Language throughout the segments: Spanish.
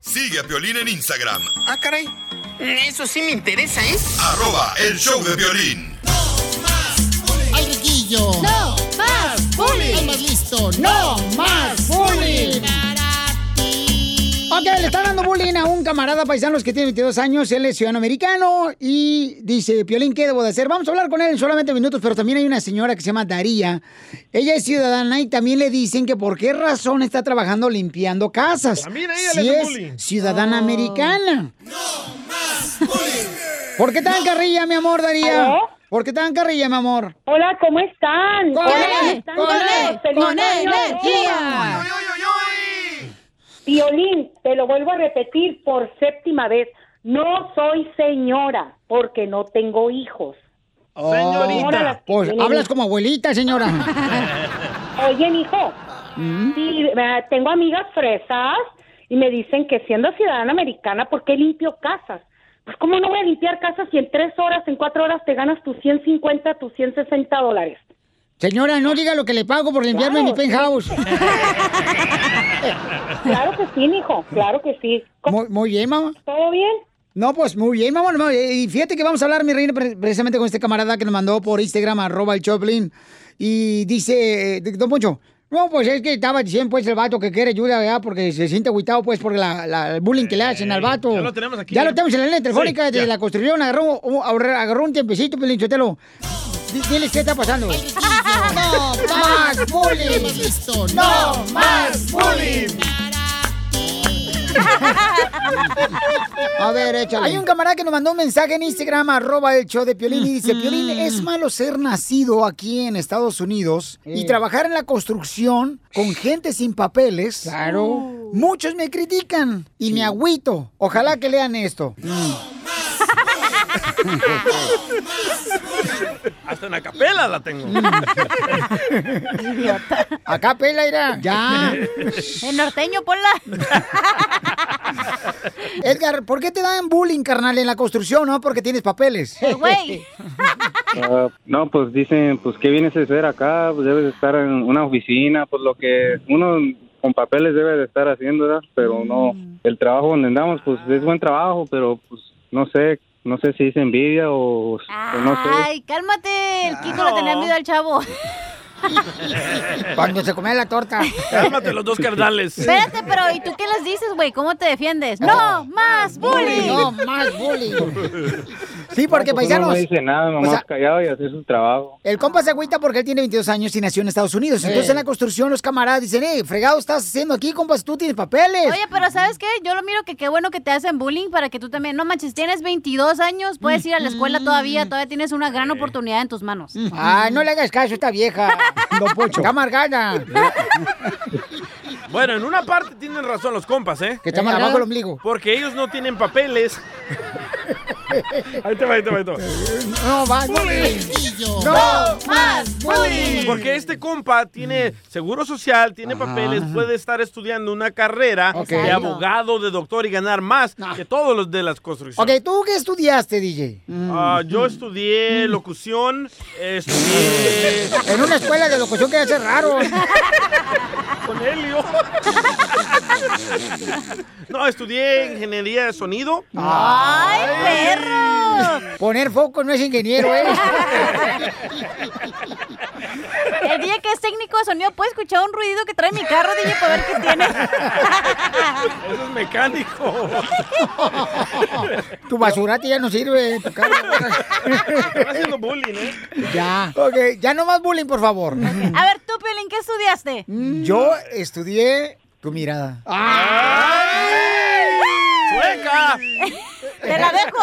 Sigue a Piolín en Instagram. Ah, caray. Eso sí me interesa, ¿eh? Arroba el show de Piolín. ¡Al riquillo! ¡No más bullying! ¡Al más listo! ¡No más bullying! Ok, le está dando bullying a un camarada paisano que tiene 22 años, él es ciudadano americano y dice, Piolín, ¿qué debo de hacer? Vamos a hablar con él en solamente minutos, pero también hay una señora que se llama Daría. Ella es ciudadana y también le dicen que por qué razón está trabajando limpiando casas. También a ella le si hacen es bullying. ciudadana americana. ¿Por qué tan carrilla, mi amor, Daría? ¿Aló? ¿Por qué tan carrilla, mi amor? Hola, ¿cómo están? Con Hola, E, ¿cómo están con todos? E, ¡Feliz con año energía. nuevo! Piolín, te lo vuelvo a repetir por séptima vez. No soy señora porque no tengo hijos. Oh, Señorita. pues hablas como abuelita, señora. Oye, hijo, Mm. sí, eh, tengo amigas fresas y me dicen que siendo ciudadana americana, ¿por qué limpio casas? Pues, ¿cómo no voy a limpiar casas si en tres horas, en cuatro horas te ganas tus 150, tus 160 dólares? Señora, no diga lo que le pago por limpiarme mi Claro, penthouse. Claro que sí, hijo, claro que sí. Muy, muy bien, mamá. ¿Todo bien? No, pues muy bien, mamá. no, eh, Y fíjate que vamos a hablar, mi reina, pre- precisamente con este camarada que nos mandó por Instagram, arroba el Choplin. Y dice, eh, don Poncho, no, pues es que estaba diciendo, pues, el vato que quiere ayuda, ¿verdad? Porque se siente agüitado, pues, por la, la- el bullying que le hacen al vato. ya lo tenemos aquí, Ya ¿eh? lo tenemos en la línea telefónica Sí, de ya. la construcción. Agarró, un- ahorra- agarró un tiempecito, Pelín Chotelo. Di- Diles qué está pasando. ¡No más bullying! ¡Al más listo! ¡No más bullying! A ver, échale. Hay un camarada que nos mandó un mensaje en Instagram, arroba el show de Piolín, y dice, Piolín, es malo ser nacido aquí en Estados Unidos y Eh. trabajar en la construcción con gente sin papeles. Oh. Claro. Muchos me critican y me agüito. Ojalá que lean esto. Hasta una capela la tengo. Acá pela irá. Ya. El norteño, ponla. Edgar, ¿por qué te dan bullying, carnal, en la construcción, no? Porque tienes papeles. Güey. Ah, no, pues dicen, pues qué vienes a hacer acá, pues debes estar en una oficina, pues lo que uno con papeles debe de estar haciendo, ¿verdad? Pero no, Mm. el trabajo donde andamos, pues es buen trabajo, pero pues no sé, no sé si es envidia o, o no sé. Ay, cálmate. El Kiko le tenía miedo al chavo. Cuando se comía la torta. Cálmate los dos cardales. Espérate, pero ¿y tú qué les dices, güey? ¿Cómo te defiendes? ¡No más bullying! No, más bullying. Sí, porque No, pues, uno paisanos. no dice nada, nomás sea- callado y hacer su trabajo. El compa se agüita porque él tiene 22 años y nació en Estados Unidos. Entonces en la construcción los camaradas dicen, hey, fregado estás haciendo aquí, compas, tú tienes papeles. Oye, pero ¿sabes qué? Yo lo miro que qué bueno que te hacen bullying para que tú también... No manches, tienes 22 años, puedes ir a la escuela todavía, todavía tienes una gran oportunidad en tus manos. Mm. Ay, no le hagas caso a esta vieja. Don Pocho. Está amargada. Bueno, en una parte tienen razón los compas, ¿eh? Que está más abajo el ombligo. Porque ellos no tienen papeles. ahí te va, ahí te va, ahí te va. No, va, no. No más bullying. Porque este compa tiene seguro social, tiene papeles, puede estar estudiando una carrera Ok. de Exacto. abogado, de doctor y ganar más que todos los de las construcciones. Ok, ¿tú qué estudiaste, DJ? Ah, yo estudié locución, estudié En una escuela de locución que hace raro. con Helio. No, estudié ingeniería de sonido. ¡Ay, perro! Poner foco no es ingeniero, ¿eh? El día que es técnico de sonido, puede escuchar un ruido que trae mi carro, DJ, para ver qué tiene. Eso es mecánico. Tu basurate ya no sirve. tu carro. Están haciendo bullying, ¿eh? ya. Ok, ya no más bullying, por favor. A ver, tú, Piolín, ¿qué estudiaste? Yo estudié tu mirada. Ah. ¡Sueca! Te la dejo.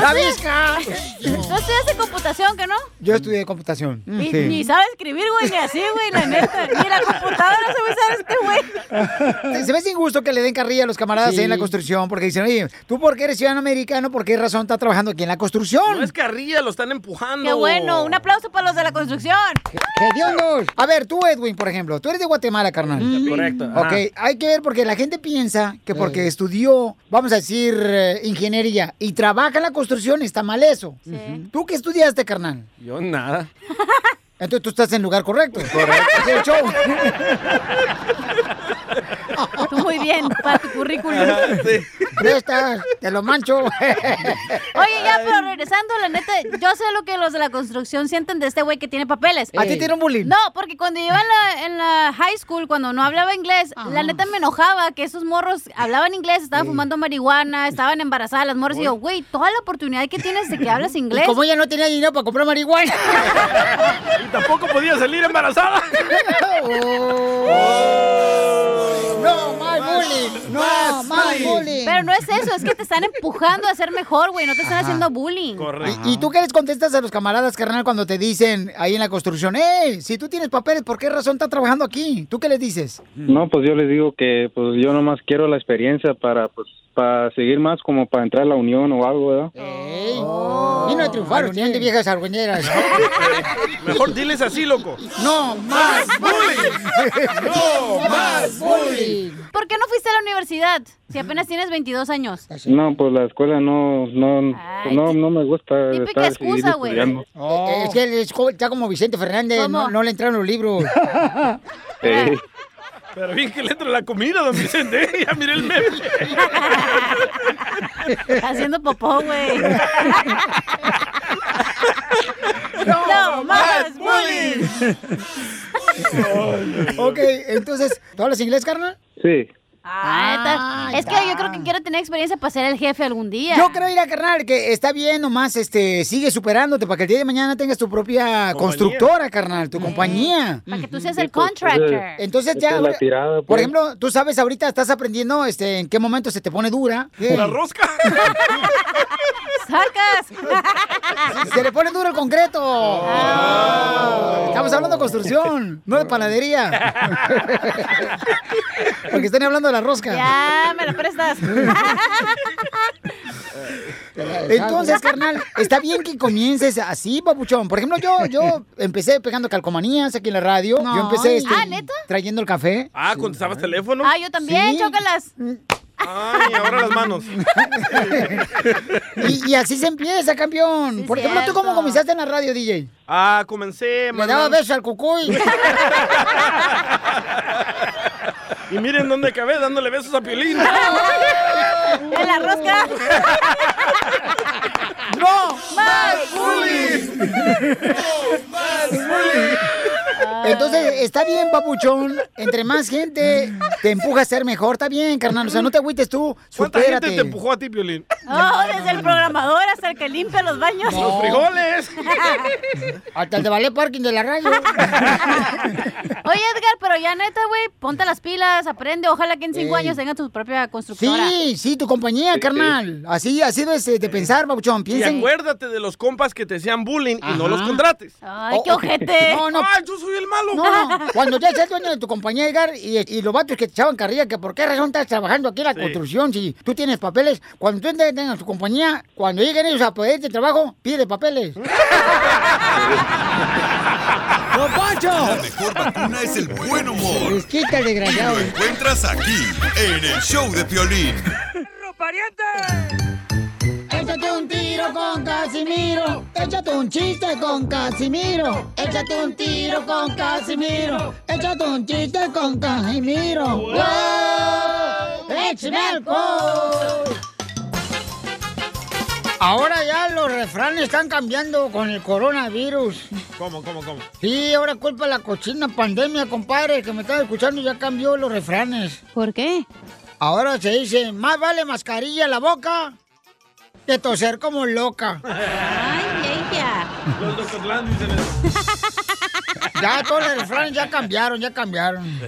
¡La visca! ¿Tú estudiaste computación, que no? Yo estudié computación. Ni, Mm. Sí. ni sabe escribir, güey, ni así, güey, la neta. Ni la computadora se usar este güey. Se se me hace injusto que le den carrilla a los camaradas ahí en la construcción porque dicen, oye, ¿tú por qué eres ciudadano americano? ¿Por qué razón estás trabajando aquí en la construcción? No es carrilla, lo están empujando. Qué bueno, un aplauso para los de la construcción. ¡Qué diablos! A ver, tú, Edwin, por ejemplo, tú eres de Guatemala, carnal. Mm. Correcto. ajá. Ok, hay que ver porque la gente piensa que porque estudió, vamos a decir, eh, ingeniería y trabaja en la construcción, está mal eso. Sí. ¿Tú qué estudiaste, carnal? Yo nada. Entonces tú estás en lugar correcto. Correcto. Tú muy bien, para tu currículum. De estas, te lo mancho. Oye, ya, pero regresando, la neta, yo sé lo que los de la construcción sienten de este güey que tiene papeles. ¿A ti te dieron bullying? No, porque cuando yo iba en la, en la high school, cuando no hablaba inglés, la neta me enojaba que esos morros hablaban inglés, estaban fumando marihuana, estaban embarazadas las morras. Y yo, güey, toda la oportunidad que tienes de que hablas Y inglés. como ella no tenía dinero para comprar marihuana. Y tampoco podía salir embarazada. No, my bullying. Oh. No, my bullying. Pero no es eso, es que te están empujando a ser mejor, güey, no te están haciendo bullying. Correcto. ¿Y, y tú qué les contestas a los camaradas, carnal, cuando te dicen ahí en la construcción, eh, si tú tienes papeles, ¿por qué razón estás trabajando aquí? ¿Tú qué les dices? No, pues yo les digo que pues yo nomás quiero la experiencia para pues para seguir más como para entrar a la unión o algo, ¿verdad? Ey, Oh, vino a triunfar, unión de viejas argüeñeras. Mejor diles así, loco. No más bullying. No más bullying. ¿Por qué no fuiste a la universidad si apenas tienes 22 años? No, pues la escuela no no Ay, no, no me gusta típica estar excusa, güey. estudiando. Eh, Es que él es jo- está como Vicente Fernández, ¿Cómo? no, no le entraron los libros. Ey, Pero bien que le entra la comida, don Vicente. ¿eh? Ya miré el meme. Haciendo popó, güey. No más bullying. ok, entonces, ¿tú hablas inglés, carnal? sí. Ah, está- Es que yo creo que quiero tener experiencia para ser el jefe algún día. Yo creo, a carnal, que está bien nomás, este, sigue superándote para que el día de mañana tengas tu propia constructora, carnal, tu compañía. Para que tú seas el pues, contractor. Entonces Esa ya, es la tirada, por pues. ejemplo, tú sabes ahorita, estás aprendiendo este, en qué momento se te pone dura. La rosca. ¡Sacas! Se le pone duro el concreto. Oh. Ah. Estamos hablando de construcción, no de panadería. Porque están hablando de la rosca. Ya, me la prestas. Entonces, carnal, está bien que comiences así, papuchón. Por ejemplo, yo, yo empecé pegando calcomanías aquí en la radio. No. Yo empecé este, Ah, ¿neta? trayendo el café. Ah, contestabas teléfono. Ah, yo también, Sí. chócalas. Ay, ahora las manos. Y, y así se empieza, campeón. Sí, Por ejemplo, ¿tú cómo cierto. comenzaste en la radio, DJ? Ah, comencé. Me daba mandando- beso al cucuy. Y miren dónde acabé dándole besos a Piolín. En la rosca. ¡No! Más Entonces, está bien, papuchón. Entre más gente te empuja a ser mejor, está bien, carnal. O sea, no te agüites tú. ¿Cuánta Supérate. gente te empujó a ti, Piolín? Oh, desde el programador hasta el que limpia los baños. Los frijoles. Hasta el de ballet parking de la radio. Oye, Edgar, pero ya neta, güey, ponte las pilas, aprende. Ojalá que en cinco Ey. años tengas tu propia constructora. Sí, sí, tu compañía, carnal. Así, así debes eh, de pensar, papuchón. Y Piensa en- acuérdate de los compas que te sean bullying y no Ajá. los contrates. Ay, qué Oh, ojete. No, no, Ah, yo soy el malo. No, no. Cuando ya seas dueño de tu compañía, Edgar, y, y los vatos que te echaban carrilla, que por qué razón estás trabajando aquí en la construcción si tú tienes papeles, cuando tú entres en tu compañía, cuando lleguen ellos a poder de trabajo, pide papeles. ¡No, La Poncho! mejor vacuna es el buen humor. Les quita el Y desgraciado. lo encuentras aquí, en el show de Piolín. Échate un tiro con Casimiro. Échate un chiste con Casimiro. Échate un tiro con Casimiro. Échate un chiste con Casimiro. ¡Wow! ¡Échame alcohol! Ahora ya los refranes están cambiando con el coronavirus. ¿Cómo, cómo, cómo? Sí, ahora culpa de la cochina pandemia, compadre, que me estaba escuchando ya cambió los refranes. ¿Por qué? Ahora se dice, más vale mascarilla en la boca que toser como loca. Ay, ella. Los de Ocotlán dicen eso. Ya todos los refranes ya cambiaron, ya cambiaron.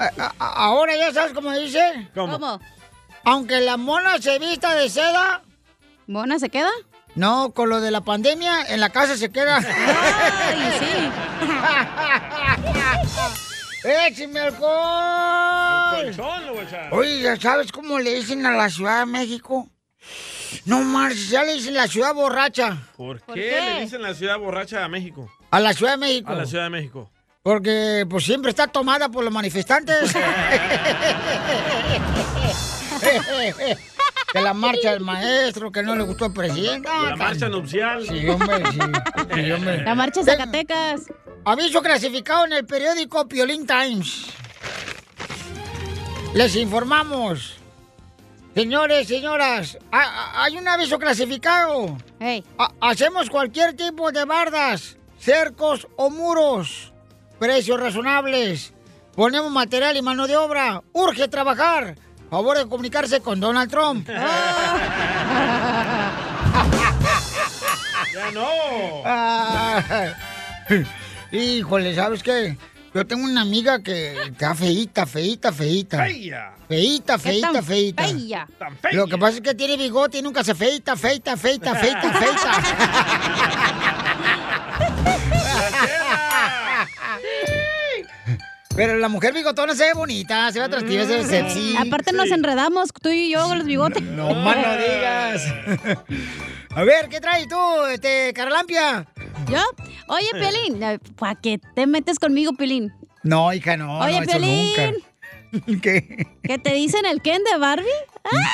A- a- ahora ya sabes cómo dice. ¿Cómo? ¿Cómo? Aunque la mona se vista de seda, ¿Mona se queda? no, con lo de la pandemia, en la casa se queda. Ay, sí. ¡Écheme alcohol! Colchón, guachá. Oiga, ¿sabes cómo le dicen a la Ciudad de México? No más, ya le dicen la ciudad borracha. ¿Por qué, ¿Por qué? le dicen la ciudad borracha a México? A la Ciudad de México. A la Ciudad de México. Porque pues siempre está tomada por los manifestantes. que la marcha del maestro, que no le gustó al presidente. Ah, La marcha nupcial. Sí, hombre, sí. Sí, hombre. La marcha de Zacatecas. Aviso clasificado en el periódico Piolín Times. Les informamos. Señores, señoras, ha- ha- hay un aviso clasificado. Ha- hacemos cualquier tipo de bardas, cercos o muros. Precios razonables. Ponemos material y mano de obra. Urge trabajar. Favor de comunicarse con Donald Trump. ¡Ya no! Ah, Híjole, ¿sabes qué? Yo tengo una amiga que está feíta, feíta, feíta. ¡Ella! Feíta, feíta, tan feíta. Bella. ¡Tan fea! Lo que pasa es que tiene bigote y nunca se feita, feita, feita, feita, feita. Pero la mujer bigotona se ve bonita, se ve atractiva, se ve Mm. sexy. Aparte nos enredamos tú y yo con los bigotes. No más no digas. A ver, ¿qué traes tú, este, Caralampia? ¿Yo? Oye, Pelín, ¿para qué te metes conmigo, Pelín? No, hija, no, Oye, no, eso Piolín. nunca. ¿Qué? ¿Qué te dicen el Ken de Barbie?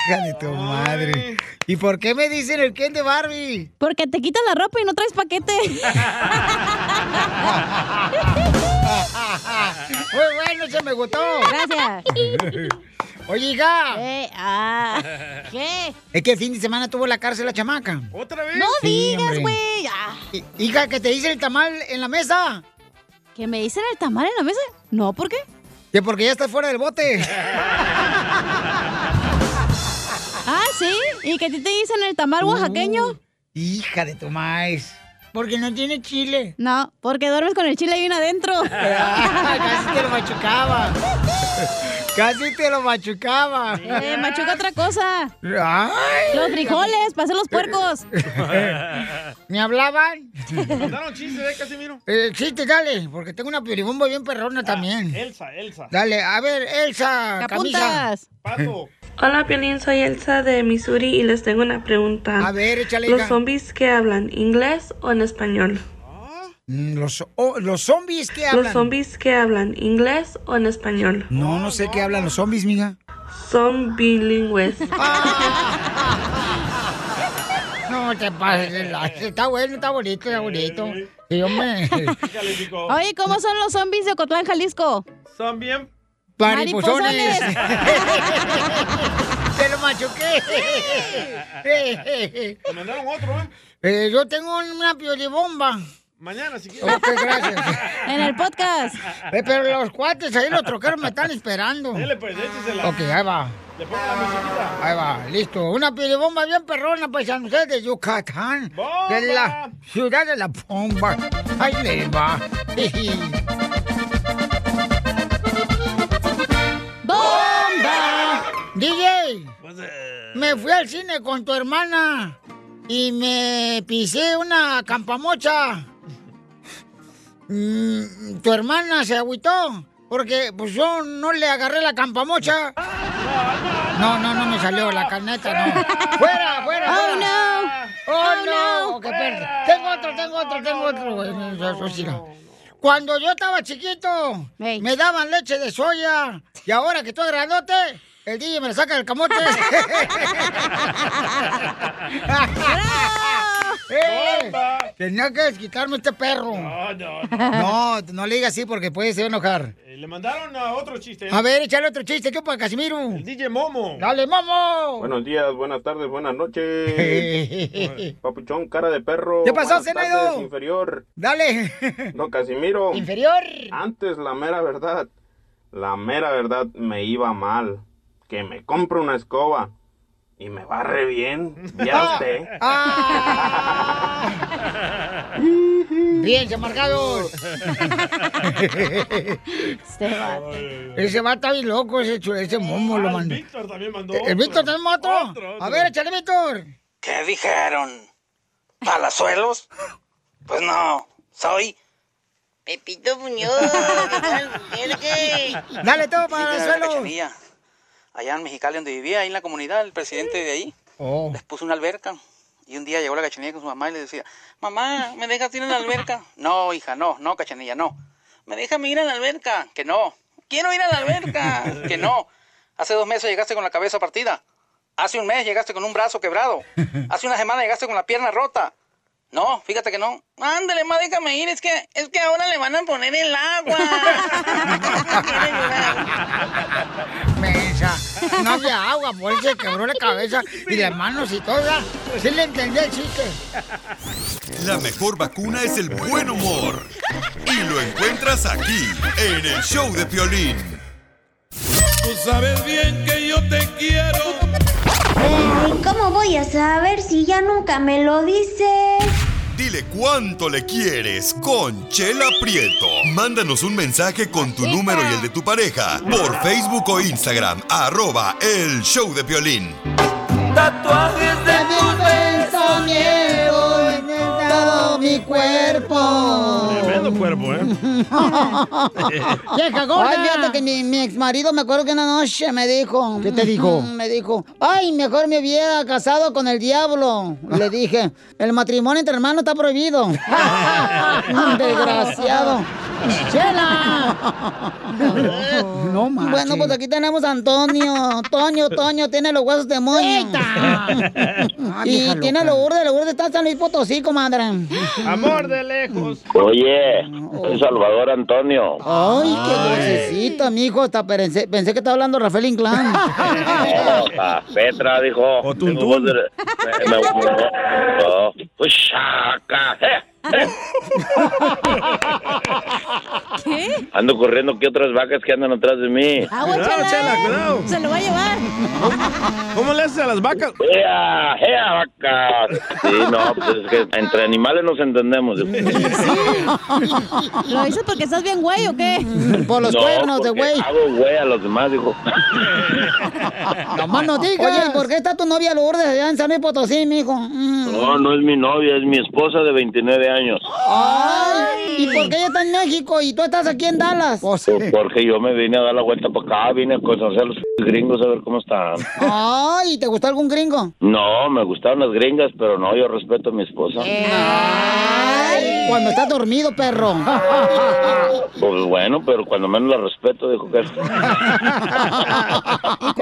Hija de tu madre. ¿Y por qué me dicen el Ken de Barbie? Porque te quitan la ropa y no traes paquete. Muy bueno, se me gustó. Gracias. Oye, hija, Eh, ah, ¿Qué? es que el fin de semana tuvo la cárcel la chamaca. ¿Otra vez? No Sí, digas, hombre. güey. Ah, Hi- Hija, que te hice el tamal en la mesa. ¿Que me dicen el tamal en la mesa? No, ¿por qué? Que porque ya estás fuera del bote. Ah, sí. ¿Y que a ti te dicen el tamal oaxaqueño? Hija de tu maíz. Porque no tiene chile. No, porque duermes con el chile bien adentro. Ah, Casi te lo machucaba. Casi te lo machucaba. Eh, machuca otra cosa. Ay, Los frijoles, para hacer los puercos. ¿Me hablaban? Mandaron chistes de Casimiro. Ah, Eh, sí, te dale, porque tengo una piribomba bien perrona también. Elsa, Elsa. Dale, a ver, Elsa, ¿Qué camisa. apuntas? Pato. Hola, Piolín, soy Elsa de Missouri y les tengo una pregunta. A ver, échale. ¿Los hija. zombies qué hablan? ¿Inglés o en español? Mm, Los, oh, los zombies, ¿qué hablan? ¿Los zombies qué hablan? ¿Inglés o en español? No, no sé qué hablan los zombies, miga. Son bilingües. No te pases, de la- está Ah, bueno, está bonito, está bonito. Sí, hombre. Calificó. Oye, ¿cómo son los zombies de Ocotlán, Jalisco? Son bien. Mariposones. Mariposones. Te lo machuqué. Me mandaron otro, ¿eh? Eh, yo tengo una piolibomba. Mañana, si quieres. Ok, gracias. En el podcast. Eh, pero los cuates ahí, los troqueros me están esperando. Dele, pues, échesela. Ok, ahí va. Le pongo la musiquita. Ahí va, listo. Una piolibomba bien perrona, paisanos ustedes de Yucatán. ¡Bomba! De la ciudad de la bomba. Ahí le va. ¡Bomba! DJ, Pues, eh, me fui al cine con tu hermana y me pisé una campamocha. Mm, tu hermana se agüitó porque pues yo no le agarré la campamocha. No, no, no me salió la carneta, no. ¡Fuera, fuera! ¡Oh, fuera! no! ¡Oh, Oh, no! no. Ok, espérate. Tengo otro, tengo otro, tengo otro. güey. No, eso sí no. Cuando yo estaba chiquito, Ey. me daban leche de soya. Y ahora que estoy grandote, el DJ me la saca del camote. ¡Eh! ¡Bomba! Tenía que desquitarme este perro. No, no, no. No, no le digas así porque puede se enojar. Eh, Le mandaron a otro chiste. ¿eh? A ver, échale otro chiste. ¿Qué para Casimiro? El DJ Momo. ¡Dale, momo! Buenos días, buenas tardes, buenas noches. Eh, Papuchón, cara de perro. ¿Qué pasó, Buenas Zenaido? tardes, inferior. Dale. No, Casimiro. Inferior. Antes, la mera verdad. La mera verdad me iba mal. Que me compro una escoba y me barre bien. Ah, Ya usted. Ah. Bien, marcados. Este vato. Ese va está bien loco, ese, chu- ese momo lo Ah, el mandó. Víctor también mandó. ¿El otro. Víctor también otro? Otro, otro. A ver, échale, Víctor. ¿Qué dijeron? ¿Palazuelos? Pues no, soy Pepito Muñoz. ¿Qué tal? Mira que- Dale todo para Hiciste el la suelo. cachanilla. Allá en Mexicali, donde vivía, ahí en la comunidad, el presidente de ahí Oh. les puso una alberca. Y un día llegó la cachanilla con su mamá y le decía, mamá, ¿me dejas ir a la alberca? No, hija, no, no, cachanilla, no. ¿Me dejas ir a la alberca? Que no. Quiero ir a la alberca. Que no. Hace dos meses llegaste con la cabeza partida. Hace un mes llegaste con un brazo quebrado. Hace una semana llegaste con la pierna rota. No, fíjate que no. Ándale, ma, déjame ir. Es que, es que ahora le van a poner el agua. Mensa. No había agua, por eso se quebró la cabeza y las manos y todo. ¿verdad? Sí le entendí el chiste. La mejor vacuna es el buen humor. Y lo encuentras aquí, en el show de Piolín. Tú sabes bien que yo te quiero. Ay, ¿cómo voy a saber si ya nunca me lo dices? Dile cuánto le quieres con Chela Prieto. Mándanos un mensaje con tu número y el de tu pareja por Facebook o Instagram, arroba el show de Piolín. Tatuajes de tus en todo mi cuerpo. Tremendo cuerpo, ¿eh? Vieja gorda. Ay, fíjate que mi, mi ex marido me acuerdo que una noche me dijo. ¿Qué te dijo? Me dijo, ay, mejor me hubiera casado con el diablo. Le dije, el matrimonio entre hermanos está prohibido. Mm, Desgraciado. ¡Chela! No más. Bueno, pues aquí tenemos a Antonio. Toño, Toño, tiene los huesos de moño. y Ah, vieja tiene lo urde, lo urde está en San Luis Potosí, comadre. Amor de lejos. Oye, soy Salvador Antonio. Ah, oh. Ay, qué dulcecita, mijo. Hasta pensé, pensé que estaba hablando Rafael Inclán. No, pa, Petra dijo. O tú, Me, me, me- oh, pues, chaca, eh, ¿Qué? Ando corriendo que otras vacas que andan atrás de mí. Cuidado, Chela, cuidado. Se lo va a llevar. ¿Cómo le haces a las vacas? ¡Ea, ea, Ah, vacas! Sí, no, pues es que entre animales nos entendemos. dijo. Mm, ¿Lo dices porque estás bien güey o qué? Por los No, cuernos de porque güey. Hago güey a los demás, dijo. Nomás no digas. Oye, pues. ¿y por qué está tu novia Lourdes allá en San Luis Potosí, mijo? Mm. No, no es mi novia, es mi esposa de 29 años. Ay, ¿y por qué ella está en México y tú estás aquí en Dallas? Pues Porque yo me vine a dar la vuelta para acá, vine a conocer a los gringos a ver cómo están. Ay, ¿te gustó algún gringo? No, me gustaron las gringas, pero no, yo respeto a mi esposa. Eh. Ay, cuando estás dormido, perro. Pues bueno, pero cuando menos la respeto, dijo que...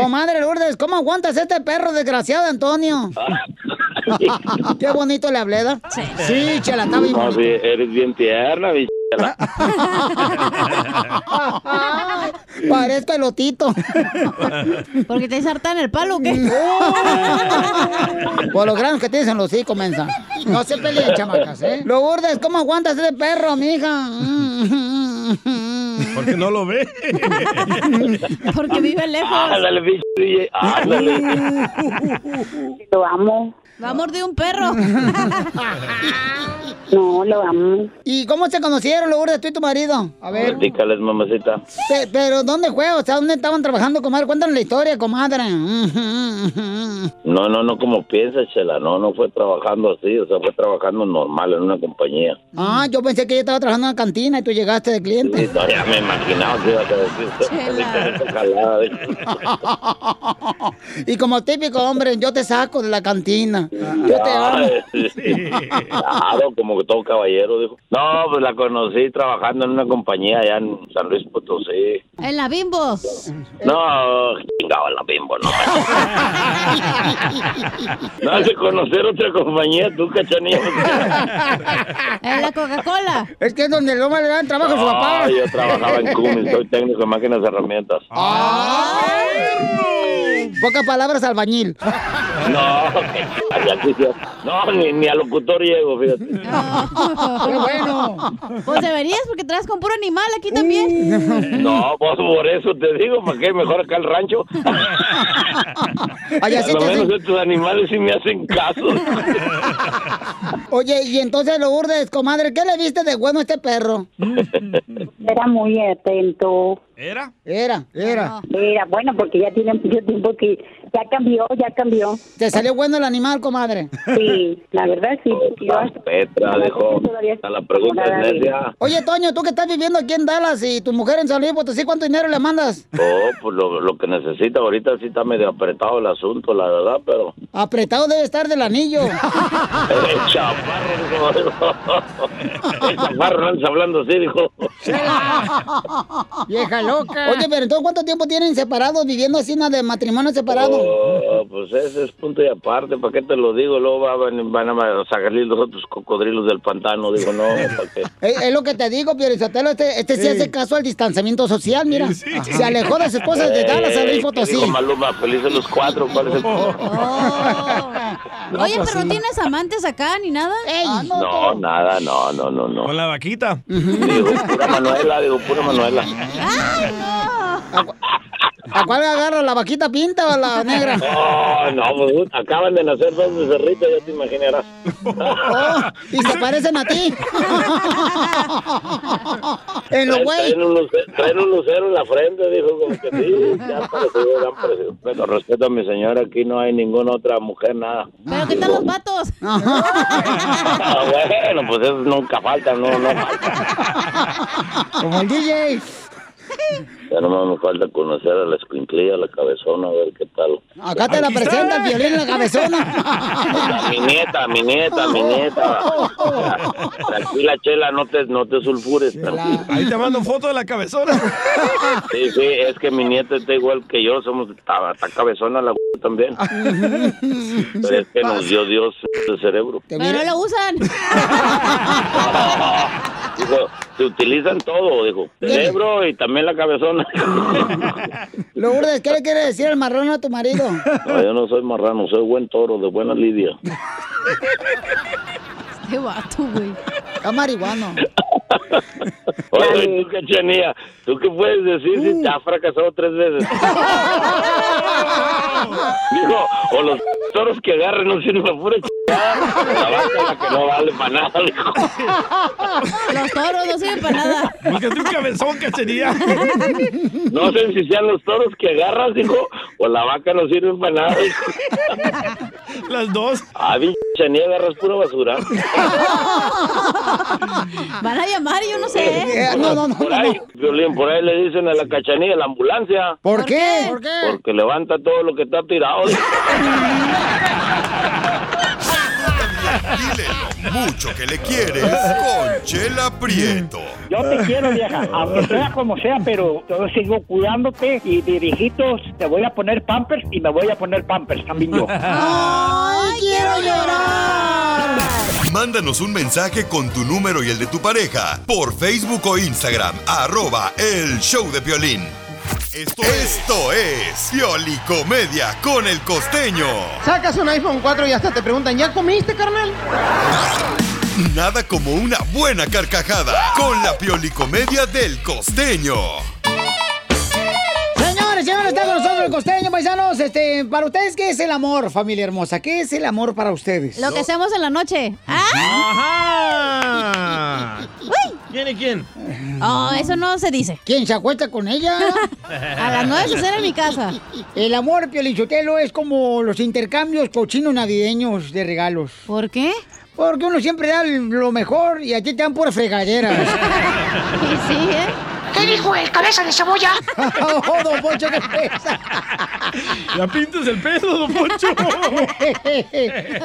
Comadre Lourdes, ¿cómo aguantas este perro desgraciado, Antonio? Qué bonito le hablé, ¿verdad? Sí. Sí, chela, está bien. No, sí, eres bien tierna, bichela. Parezco elotito. Porque te sartan el ¡Oh! palo, ¿o ¿qué? Por los granos que tienes en los hijos, mensa. No se peleen, chamacas, ¿eh? Lourdes, ¿cómo aguantas este perro, mija? Porque no lo ve. Porque vive lejos. Ándale, bicho, DJ, ándale. Lo amo. Va a morder un perro. No, lo amo. ¿Y cómo se conocieron, Lourdes, tú y tu marido? A ver. Platícales, mamacita. Pe- ¿Pero dónde fue? O sea, ¿dónde estaban trabajando, comadre? Cuéntanos la historia, comadre. No, no, no como piensas, chela. No, no fue trabajando así, o sea, fue trabajando normal en una compañía. Ah, yo pensé que ella estaba trabajando en la cantina y tú llegaste de cliente. Y no, ya me imaginaba que ibas a decir. Chela. Jalada, dijo. Y como típico hombre, yo te saco de la cantina. Yo te amo. Ay, Claro, como que todo caballero, dijo. No, pues la conocí trabajando en una compañía allá en San Luis Potosí. En la bimbos. No, chingaba la bimbo, no. No hace conocer otra compañía, tú, cachanillo. En la Coca-Cola. Es que es donde el hombre le dan trabajo a su papá. Ah, yo trabajaba en Cummins, soy técnico en máquinas de herramientas. Ah. Pocas palabras, albañil. No, que allá quisiera- no ni, ni a locutor llego, fíjate. ¡Qué bueno! Pues deberías porque traes con puro animal aquí también. Mm. No, pues por eso te digo, ¿para qué? Mejor acá el rancho. Allá sí Por te lo menos hacen- estos animales sí me hacen caso. Oye, y entonces, Lourdes, comadre, ¿qué le viste de bueno a este perro? Era muy atento. ¿Era? Era, era. Era bueno porque ya tiene mucho tiempo que ya cambió, ya cambió. ¿Te salió bueno el animal, comadre? Sí, la verdad sí. porque yo hasta- Petra, dijo, a la pregunta es necia. Oye, Toño, tú que estás viviendo aquí en Dallas y tu mujer en San Luis Potosí, ¿cuánto dinero le mandas? Oh, pues lo, lo que necesita ahorita sí está medio apretado el asunto, la verdad, pero. Apretado debe estar del anillo. El chaparro, como dijo. El chaparro no andas hablando así, dijo. Vieja loca. Oye, pero entonces, ¿cuánto tiempo tienen separados viviendo así, nada de matrimonio separado? Oh, pues ese es punto y aparte, ¿para qué te lo digo? Luego va- van, van a sacarle los otros cocodrilos del pantano, digo, no, ¿para qué? Es, es lo que te digo, Piorizotelo. Este, este sí. Sí. hace caso al distanciamiento social, mira. Ajá. Se alejó de su esposa desde Eh, Dallas a Luis ¿qué Potosí. Dijo Maluma, felices los cuatro, ¿cuál es el problema? Oye, pues pero sí. ¿no tienes amantes acá ni nada? Ah, no, No, nada, no, no, no, no. Con la vaquita. Digo, pura Manuela, digo, pura Manuela. ¿A cuál agarra? ¿La vaquita pinta o la negra? No, no, pues acaban de nacer dos becerritos, ya te imaginarás. y se parecen a ti. en los Traen- güey. Traen un, luce- traen un lucero en la frente, dijo, como que sí, ya han parecido, ya han parecido. Pero respeto a mi señora, aquí no hay ninguna otra mujer, nada. Pero ¿qué tal los patos? Ah, bueno, pues eso nunca falta, no, no falta. Como el DJ. Ya nomás me falta conocer a la escuinclilla, a la cabezona, a ver qué tal. Acá te la presenta el violín en la cabezona. A mi nieta, a mi nieta, a mi nieta. Tranquila, Chela, no te, no te sulfures. tranquila. Ahí te mando foto de la cabezona. Sí, sí, es que mi nieta está igual que yo, somos, está, está cabezona la también. Pero es que nos dio Dios el cerebro. Pero no lo usan. Dijo, se utilizan todo, dijo, cerebro y también la cabezona. Lourdes, ¿qué le quiere decir el marrón a tu marido? No, yo no soy marrano, soy buen toro, de buena lidia. Qué vato, güey. Está marihuano. Oye, ¿tú qué, Chenía? ¿Tú qué puedes decir Uh. si te has fracasado tres veces? Dijo, o los toros que agarren no sirven para pura chingada, o la vaca la que no vale para nada, dijo. Los toros no sirven para nada. Búscate un cabezón, cachería. No sé si sean los toros que agarras, dijo, o la vaca no sirve para nada, dijo. Las dos. Ah, bien, Chenía, agarras pura basura. Van a llamar y yo no sé. ¿eh? Por ahí, Violín, por ahí le dicen a la cachanilla, la ambulancia. ¿Por qué? ¿Por Porque levanta todo lo que está tirado. dijo. Mucho que le quieres con Chela Prieto. Yo te quiero, vieja, aunque sea como sea, pero yo sigo cuidándote y de viejitos te voy a poner pampers y me voy a poner pampers también yo. ¡Ay, quiero llorar! Mándanos un mensaje con tu número y el de tu pareja por Facebook o Instagram, arroba el show de violín. Esto, esto es Piolicomedia con el costeño. Sacas un iPhone 4 y hasta te preguntan, ¿ya comiste, carnal? Nada como una buena carcajada con la piolicomedia del costeño. Señores, señores, está con nosotros el costeño, paisanos. Este, para ustedes, ¿qué es el amor, familia hermosa? ¿Qué es el amor para ustedes? Lo que hacemos en la noche. ¡Ah! ¿Quién y quién? Oh, eso no se dice. ¿Quién se acuesta con ella? A las nueve se cena en mi casa. El amor, Piolichotelo, es como los intercambios cochinos navideños de regalos. ¿Por qué? Porque uno siempre da lo mejor y a ti te dan pura fregadera. sí, ¿eh? ¿Qué dijo el cabeza de cebolla? oh, don Poncho, qué pesa. Ya pintas el peso, don Poncho.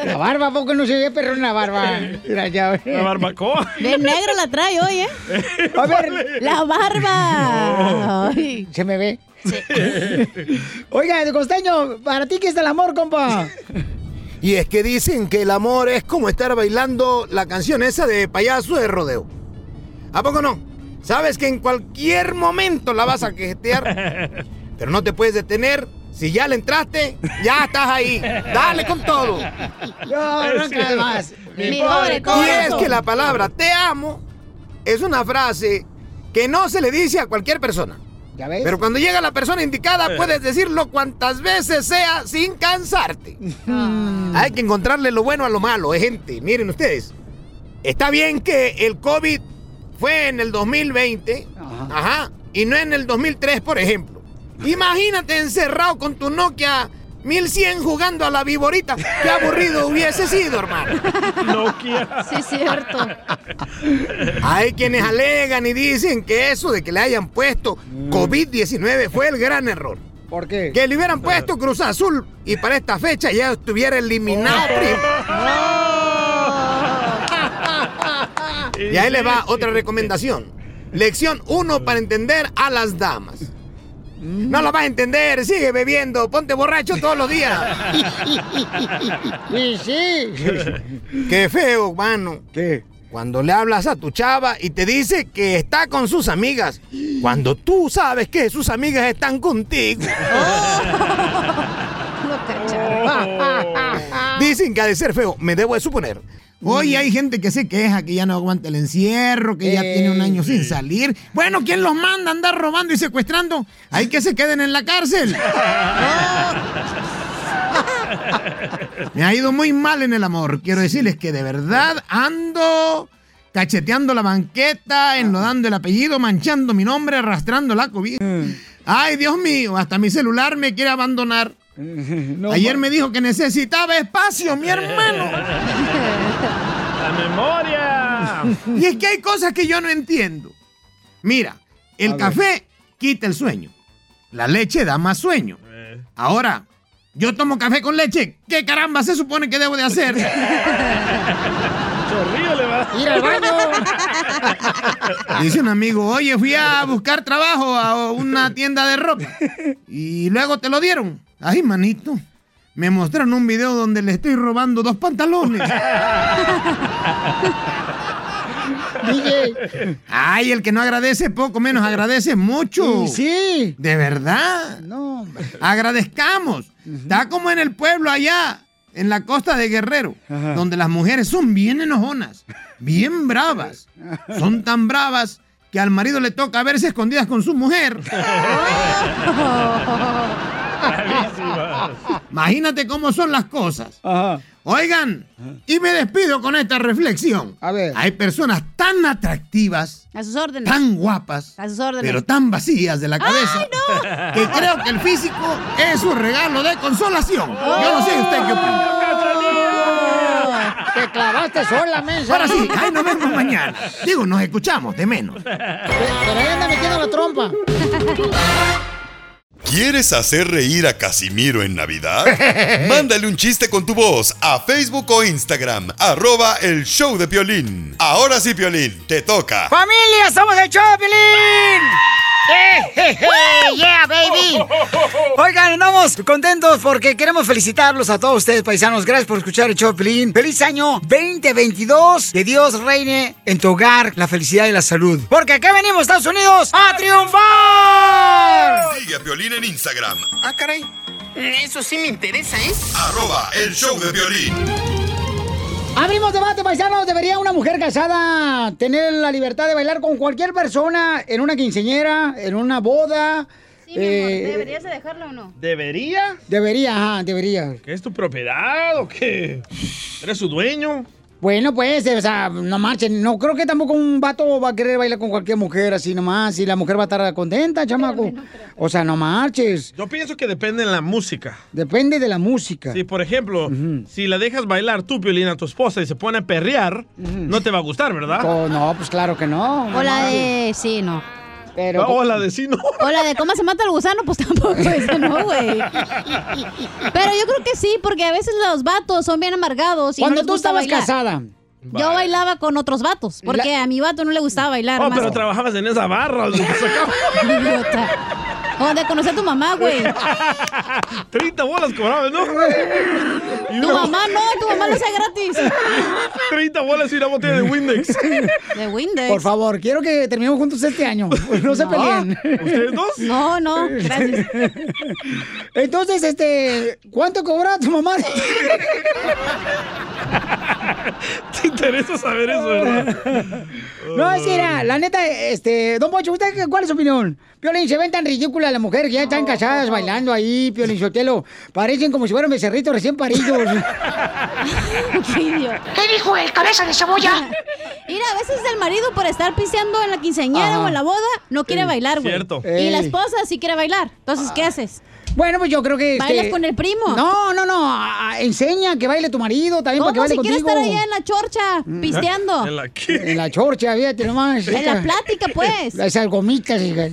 la barba, ¿a poco no se ve perro en la barba? Mira, ya ve. La barbacoa. De negro la trae hoy, ¿eh? A ver. La barba. Ay. Se me ve. Oiga, el costeño, ¿para ti qué es el amor, compa? Y es que dicen que el amor es como estar bailando la canción esa de payaso de rodeo. ¿A poco no? Sabes que en cualquier momento la vas a quejetear, pero no te puedes detener. Si ya le entraste, ya estás ahí. Dale con todo. No, no cae más. Mi Mi pobre pobre Y es corazón. que la palabra te amo es una frase que no se le dice a cualquier persona. ¿Ya ves? Pero cuando llega la persona Eh. indicada, puedes decirlo cuantas veces sea sin cansarte. Ah. Mm. Hay que encontrarle lo bueno a lo malo, eh, gente. Miren ustedes. Está bien que el COVID fue en el 2020, ajá. y no en el 2003, por ejemplo. Imagínate encerrado con tu Nokia 1100 jugando a la viborita. Qué aburrido hubiese sido, hermano. Nokia. Sí, es cierto. Hay quienes alegan y dicen que eso de que le hayan puesto COVID-19 fue el gran error. Mm. ¿Por qué? Que le hubieran puesto Cruz Azul y para esta fecha ya estuviera eliminado, Oh. primo. Y ahí le va otra recomendación. Lección 1 para entender a las damas. No lo vas a entender, sigue bebiendo, ponte borracho todos los días. Sí, sí. Qué feo, mano. ¿Qué? Cuando le hablas a tu chava y te dice que está con sus amigas, cuando tú sabes que sus amigas están contigo. Oh. Dicen que ha de ser feo, me debo de suponer. Mm. Hoy hay gente que se queja que ya no aguanta el encierro, que ya Ey. tiene un año sin salir. Bueno, ¿quién los manda a andar robando y secuestrando? Hay que se queden en la cárcel. Me ha ido muy mal en el amor. Quiero decirles que de verdad ando cacheteando la Ah. banqueta, enlodando el apellido, manchando mi nombre, arrastrando la cobija. Mm. Ay, Dios mío, hasta mi celular me quiere abandonar. Ayer me dijo que necesitaba espacio, mi hermano. ¡La memoria! Y es que hay cosas que yo no entiendo. Mira, el café quita el sueño. La leche da más sueño. Ahora, yo tomo café con leche. ¿Qué caramba se supone que debo de hacer? Chorrillo le va. Ir al baño. Dice un amigo, oye, fui a buscar trabajo a una tienda de ropa. Y luego te lo dieron. Ay, manito. Me mostraron un video donde le estoy robando dos pantalones. Ay, el que no agradece poco menos agradece mucho. sí. De verdad. No, hombre. Agradezcamos. Está como en el pueblo allá, en la costa de Guerrero, donde las mujeres son bien enojonas, bien bravas. Son tan bravas que al marido le toca verse escondidas con su mujer. Imagínate cómo son las cosas. Oigan, y me despido con esta reflexión. Hay personas tan atractivas, A sus órdenes. tan guapas, A sus órdenes. pero tan vacías de la cabeza. ¡Ay, Que creo que el físico es un regalo de consolación. Yo no sé usted qué opina. Te clavaste sola, mensa. Ahora sí, ahí nos vemos mañana. Digo, nos escuchamos de menos. Pero ahí anda metiendo la trompa. ¿Quieres hacer reír a Casimiro en Navidad? Mándale un chiste con tu voz a Facebook o Instagram, arroba el show de Piolín. Ahora sí, Piolín, te toca. ¡Familia, somos el Choplin! ¡Eh, ¡Yeah, baby! Oigan, andamos contentos porque queremos felicitarlos a todos ustedes, paisanos. Gracias por escuchar el Choplin. ¡Feliz año 2022! Que Dios reine en tu hogar la felicidad y la salud. Porque acá venimos, Estados Unidos, a triunfar. Sigue a Piolín en Instagram, Ah, caray. Eso sí me interesa, ¿eh? arroba el show de Piolín. Abrimos debate, paisanos. ¿Debería una mujer casada tener la libertad de bailar con cualquier persona en una quinceñera, en una boda? Sí, mi amor, Eh, ¿deberías de dejarlo o no? ¿Debería? Debería, ajá, debería. ¿Qué es tu propiedad o qué? ¿Eres su dueño? Bueno, pues, o sea, no marchen. No creo que tampoco un vato va a querer bailar con cualquier mujer así nomás. Y la mujer va a estar contenta, chamaco. O sea, no marches. Yo pienso que depende en la música. Depende de la música. Si, por ejemplo, si la dejas bailar tú, Piolín, a tu esposa y se pone a perrear, no te va a gustar, ¿verdad? Oh, no, pues claro que no. O la de. Sí, no. Pero- Ah, O la de sí, no. O la de cómo se mata el gusano, pues tampoco eso, ¿no, güey? Pero yo creo que sí, porque a veces los vatos son bien amargados. Y no Cuando les tú gusta estabas bailar. casada. Yo bailaba con otros vatos, porque a mi vato no le gustaba bailar. Oh, más- pero trabajabas en esa barra. o sea, sacaba Idiota. O de conocer a tu mamá, güey. 30 bolas cobrabas, ¿no? Y Tu una- mamá no, tu mamá lo hace gratis. 30 bolas y una botella de Windex. De Windex. Por favor, quiero que terminemos juntos este año. No se peleen. ¿Ustedes dos? No, no, gracias. Entonces, este, ¿cuánto cobra tu mamá? Te interesa saber eso, ¿verdad? No, es que era, la neta, este, don Pocho, ¿usted qué- cuál es su opinión? Piolín, se ven tan ridículas las mujeres que ya están casadas bailando ahí, Piolín Sotelo. Parecen como si fueran becerritos recién paridos. Qué idiota. ¿Qué dijo el cabeza de cebolla? Mira, a veces el marido por estar piseando en la quinceañera Ajá. o en la boda no quiere Sí, bailar, güey. cierto. Y la Ey. esposa sí quiere bailar. Entonces, ¿qué haces? Bueno, pues yo creo que. ¿Bailas con el primo? No, no, no. a- a- enseña que baile tu marido también para que ¿Cómo baile si quiere contigo. Mm. estar allá en la chorcha, pisteando? ¿En la En la chorcha, fíjate nomás. En la plática, pues. Esas gomitas. hija.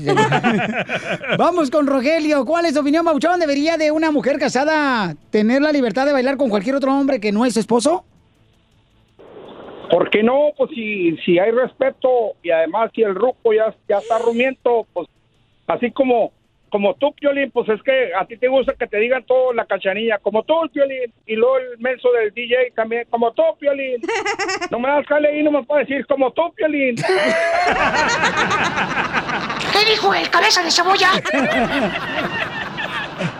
Vamos con Rogelio. ¿Cuál es tu opinión, Bauchón? ¿Debería de una mujer casada tener la libertad de bailar con cualquier otro hombre que no es su esposo? ¿Por qué no? Pues si, si hay respeto y además si el ruco ya, ya está rumiento, pues así como como tú, Piolín, pues es que a ti te gusta que te digan todo en la cachanilla, como tú, Piolín, y luego el menso del DJ también, como tú, Piolín. No me das jale ahí, no me puedes decir como tú, Piolín. ¿Qué dijo el cabeza de cebolla?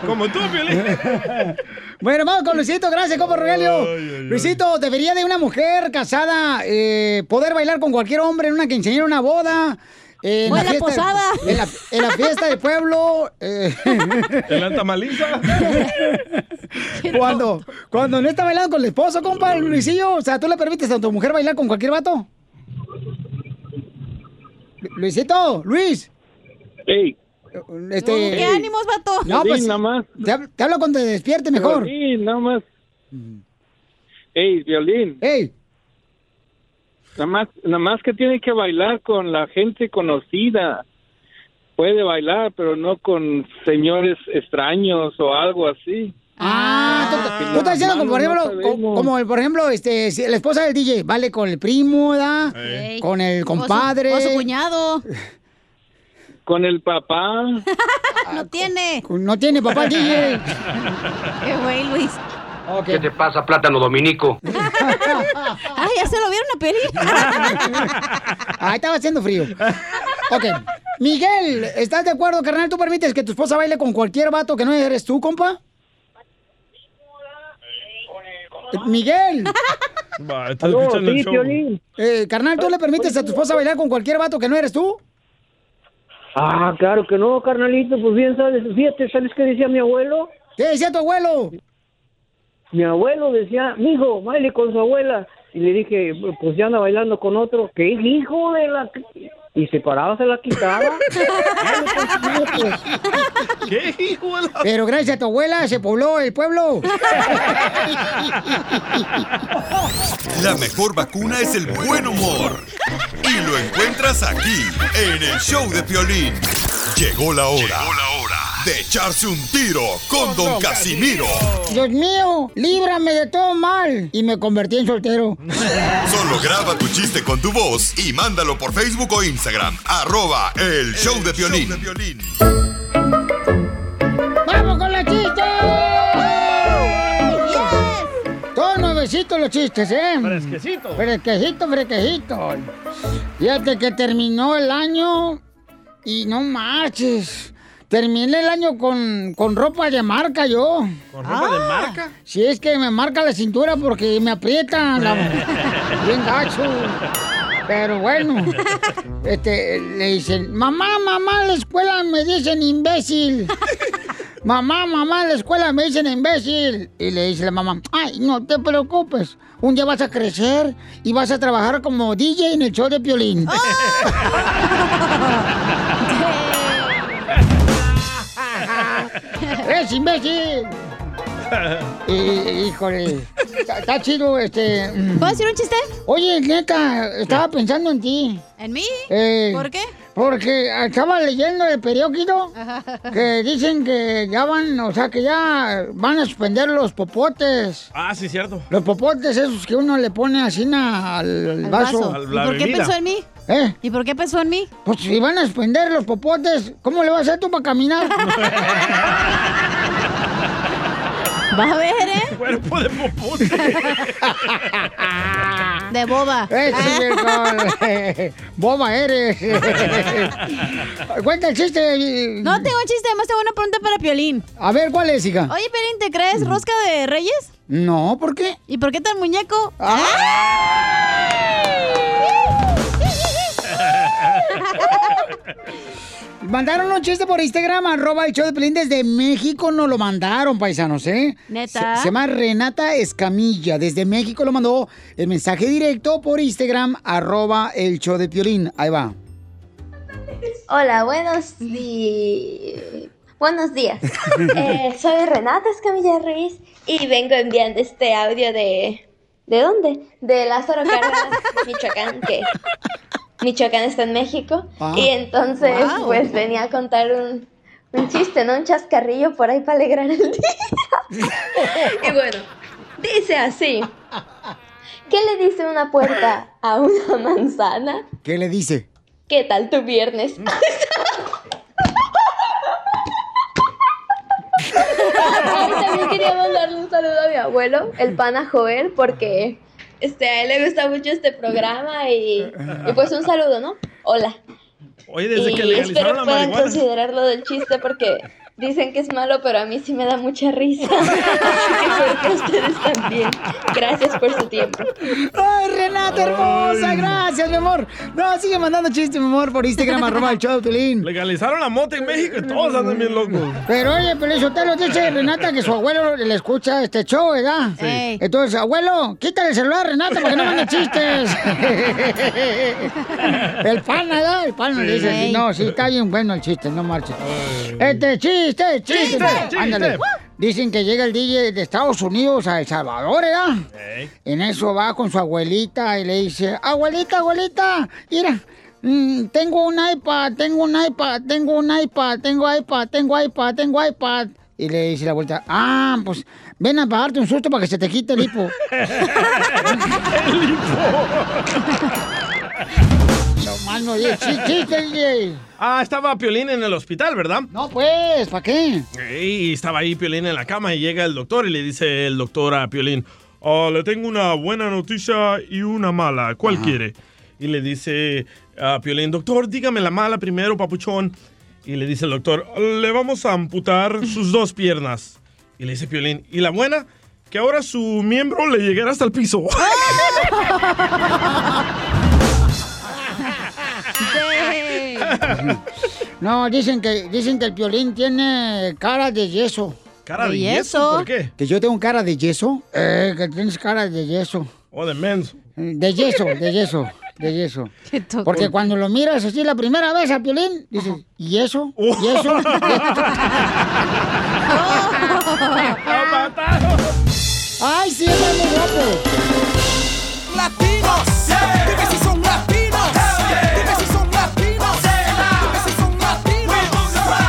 Como tú, Piolín. bueno, vamos con Luisito. Gracias, compa Rogelio. Luisito, ¿debería de una mujer casada eh, poder bailar con cualquier hombre en una quinceañera, una boda? eh, O en la fiesta- posada. En la, en la fiesta de pueblo. eh, ¿En la tamaliza? cuando, cuando no está bailando con el esposo, compa, el Luisillo. O sea, ¿tú le permites a tu mujer bailar con cualquier vato? Lu- Luisito, Luis. Ey. eh, Este, ¿Qué ánimos, vato? No, pues. Te, hab- te hablo cuando te despierte mejor. Violín, nada más. Ey, violín. Ey. Nada más, nada más que tiene que bailar con la gente conocida. Puede bailar, pero no con señores extraños o algo así. Tú estás diciendo como por ejemplo, co- como, el- por ejemplo, este, si la esposa del DJ, vale con el primo, ¿verdad? Ey. Con el compadre. O su, o su cuñado. Con el papá. No tiene. No tiene papá el DJ. Qué güey, Luis. ¿Qué te pasa, plátano dominico? Ay, ya se lo vieron a pedir. Ah, Ahí estaba haciendo frío. Ok. Miguel, ¿estás de acuerdo, carnal? ¿Tú permites que tu esposa baile con cualquier vato que no eres tú, compa? Eh, Miguel. Va, estás escuchando el show. Eh, carnal, ¿tú le permites a tu esposa bailar con cualquier vato que no eres tú? Ah, claro que no, carnalito, pues bien sabes, fíjate, ¿sabes qué decía mi abuelo? ¿Qué decía tu abuelo? Mi abuelo decía, mijo, baile con su abuela. Y le dije, pues ya anda bailando con otro. ¿Qué hijo de la...? Y se paraba, se la quitaba. ¿Qué hijo Pero gracias a tu abuela se pobló el pueblo. La mejor vacuna es el buen humor. Y lo encuentras aquí, en el show de Piolín. Llegó la hora, de echarse un tiro con Don Casimiro. Dios mío, líbrame de todo mal. Y me convertí en soltero. Solo graba tu chiste con tu voz y mándalo por Facebook o Instagram. Arroba el show de Piolín. ¡Vamos con los chistes! Todos nuevecitos los chistes, ¿eh? Fresquecito. Fresquecito, fresquecito. Fíjate que terminó el año y no marches. Terminé el año con, con ropa de marca yo. ¿Con ropa de marca? Si es que me marca la cintura porque me aprieta la... bien gacho. Pero bueno, este, le dicen, mamá, mamá, en la escuela me dicen imbécil. Mamá, mamá, en la escuela me dicen imbécil. Y le dice la mamá, ay, no te preocupes. Un día vas a crecer y vas a trabajar como DJ en el show de Piolín. ¡Es imbécil! Hí- Híjole, está está chido este... ¿Puedo decir un chiste? Oye, neta, estaba pensando en ti. ¿En mí? Eh, ¿Por qué? Porque estaba leyendo el periódico que dicen que ya van, o sea, que ya van a suspender los popotes. Ah, sí, cierto. Los popotes esos que uno le pone así na- al, al Al vaso. vaso. Al- la ¿Y por qué bebida. pensó en mí? ¿Eh? ¿Y por qué pensó en mí? Pues si van a suspender los popotes, ¿cómo le vas a hacer tú para caminar? Va a ver, ¿eh? Cuerpo de popote. De boba. Ah. Ese es el gol. eh, Boba eres. Cuenta el chiste. No tengo un chiste, además tengo una pregunta para Piolín. A ver, ¿cuál es, hija? Mm. Oye, Piolín, ¿te crees rosca de reyes? No, ¿por qué? Ah. ¿Y por qué tan muñeco? Mandaron un chiste por Instagram, arroba el show de Pelín desde México, nos lo mandaron, paisanos, ¿eh? ¿Neta? Se, se llama Renata Escamilla, desde México lo mandó el mensaje directo por Instagram, arroba el show de Piolín. Ahí va. Hola, buenos días. Buenos días. Eh, soy Renata Escamilla Ruiz y vengo enviando este audio de. ¿De dónde? De Lázaro Cárdenas, Michoacán, que Michoacán está en México. Ah. y entonces, Wow. pues venía a contar un, un chiste, ¿no? Un chascarrillo por ahí para alegrar el día. y bueno, dice así: ¿Qué le dice una puerta a una manzana? ¿Qué le dice? ¿Qué tal tu viernes? Mm. Ay, también quería mandarle un saludo a mi abuelo, el pana Joel, porque este, a él le gusta mucho este programa y, y pues un saludo, ¿no? Hola. Oye, desde Y que legalizaron espero la puedan marihuana. considerar lo del chiste porque dicen que es malo, pero a mí sí me da mucha risa. Espero que ustedes también. Gracias por su tiempo. ¡Ay, Renata hermosa! Gracias, mi amor. No, sigue mandando chistes, mi amor, por Instagram, arroba el show, de Piolín. Legalizaron la mota en México y todos andan bien locos. Pero oye, pero eso te lo dice Renata que su abuelo le escucha este show, ¿verdad? Sí. Ey. Entonces, abuelo, quítale el celular a Renata porque no manda chistes. el pan, ¿verdad? El pan le Sí. dice. así. Ey. No, sí, está bien bueno el chiste, no marches. Este chiste, chiste. Chiste, chiste. Ándale. Dicen que llega el DJ de Estados Unidos a El Salvador, ¿verdad? En eso va con su abuelita y le dice, abuelita, abuelita, mira, mm, tengo un iPad, tengo un iPad, tengo un iPad, tengo iPad, tengo iPad, tengo iPad. Y le dice la abuelita, ah, pues ven a pagarte un susto para que se te quite el hipo. No, mano, oye, sí, chiste, DJ. Ah, estaba Piolín en el hospital, ¿verdad? No, pues, ¿para qué? Y estaba ahí Piolín en la cama y llega el doctor y le dice el doctor a Piolín, "Ah, le tengo una buena noticia y una mala, ¿cuál quiere? Y le dice a Piolín, doctor, dígame la mala primero, papuchón. Y le dice el doctor, le vamos a amputar sus dos piernas. Y le dice Piolín, ¿y la buena? Que ahora su miembro le llegará hasta el piso. ¡Ah! No, dicen que, dicen que el piolín tiene cara de yeso. ¿Cara de ¿De yeso? yeso? ¿Por qué? ¿Que yo tengo cara de yeso? Eh, que tienes cara de yeso. O Oh, de menso. De yeso, de yeso, de yeso. Porque cuando lo miras así la primera vez al piolín, dices, ¿y eso? ¿Y eso? ¡Ay, sí, está muy guapo! Latinos, dime si son latinos, dime si son latinos, dime si son latinos,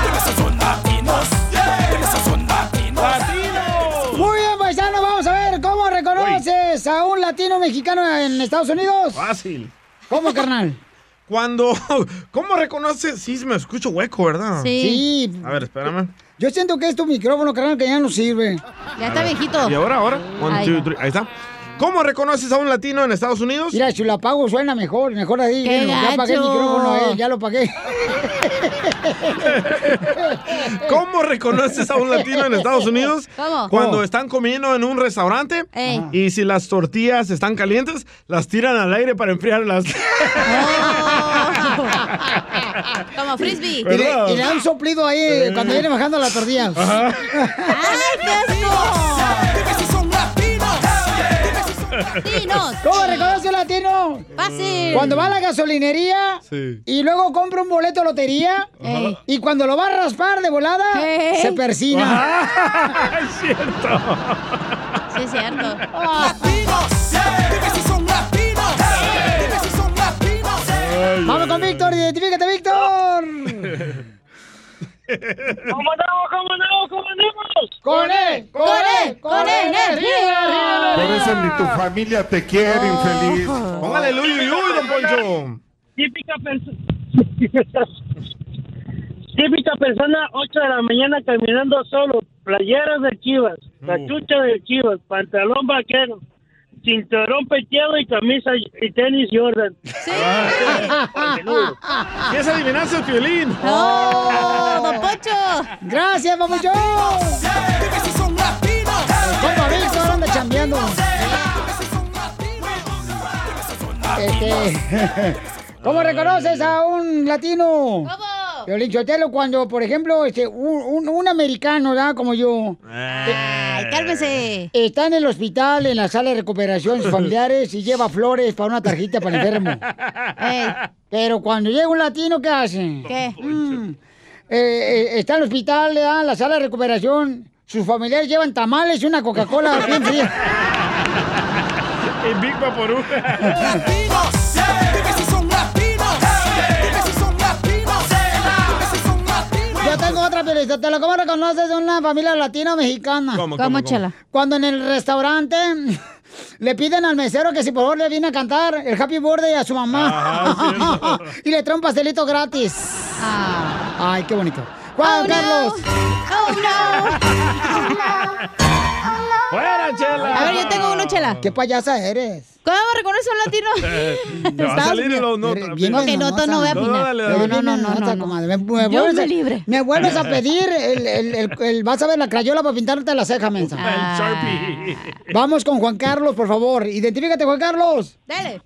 dime si son latinos, dime si son latinos. Muy bien, paisano, vamos a ver cómo reconoces a un latino mexicano en Estados Unidos. Fácil. ¿Cómo, carnal? Cuando, ¿cómo reconoce? Sí, me escucho hueco, ¿verdad? Sí. A ver, espérame. Yo siento que es tu micrófono, carnal, que ya no sirve. A ver. ¿Y ahora, ahora? One, Ahí two, va. three. Ahí está. ¿Cómo reconoces a un latino en Estados Unidos? Mira, si lo apago suena mejor, mejor ahí. ¡Qué mira, ya apagué el gacho! micrófono, eh, ya lo apagué. ¿Cómo reconoces a un latino en Estados Unidos? ¿Cómo? Cuando ¿Cómo? están comiendo en un restaurante Ey. Ajá. y si las tortillas están calientes, las tiran al aire para enfriarlas. Como Y frisbee. le, y le dan soplido ahí eh, cuando viene bajando la tortilla. Dime si son latinos, ¿Cómo reconoce un latino? Fácil. Cuando va a la gasolinería Sí. y luego compra un boleto de lotería Ey. y cuando lo va a raspar de volada, Ey. se Ah. persina. es cierto. Sí, es cierto. Latinos, dime si son latinos, dime si son latinos. Vamos con Víctor, identifícate, Víctor. ¿Cómo andamos? ¿Cómo andamos? ¿Cómo andamos? E, Con él, con él, con él, energía. Por eso ni tu familia te quiere, infeliz. Póngale el uy, uy, uy, don Poncho. Típica persona. Típica persona, 8 de la mañana caminando solo, playeras de chivas, cachucha de chivas, pantalón vaquero, cinturón peteado y camisa y tenis Jordan. ¿Quieres adivinarse el violín? ¡Oh, papucho! ¡Gracias, papucho! Dime si son latinos. Compa Víctor anda chambeando. Este, ¿Cómo reconoces a un latino? Piolín Sotelo, cuando, por ejemplo, este, un, un- un americano, ¿verdad? Como yo. eh, Ay, cálmese. Está en el hospital, en la sala de recuperación, sus familiares, y lleva flores para Eh, una tarjeta para el enfermo. Pero cuando llega un latino, ¿qué hace? ¿Qué? Mm. eh, eh, está en el hospital, le dan la sala de recuperación. Sus familiares llevan tamales y una Coca-Cola bien fría. Y Big Vaporú. Latinos, dime si son latinos, dime si son latinos, dime si son latinos. Yo tengo otra periodista. ¿Te lo cómo reconoces de una familia latino-mexicana? ¿Cómo, cómo, ¿Cómo, cómo? chela? Cuando en el restaurante le piden al mesero que si por favor le viene a cantar el Happy Birthday a su mamá. Ajá, y le trae un pastelito gratis. Ah. Ay, qué bonito. Oh, Juan Carlos. Oh, ¡Fuera, chela! A ver, yo tengo uno, chela. ¿Qué payasa eres? ¿Cómo me reconoce un latino? Te va a Estás salir bien- los no. bien Ok, no, venenosa. no voy a opinar. dale, dale. No, no, no, no, no, comadre. Me, me Dios vuelves me a- libre. me vuelves a pedir el, el- el- el- vas a ver la crayola para pintarte la ceja, mensa. Vamos con Juan Carlos, por favor. Identifícate, Juan Carlos. Dale.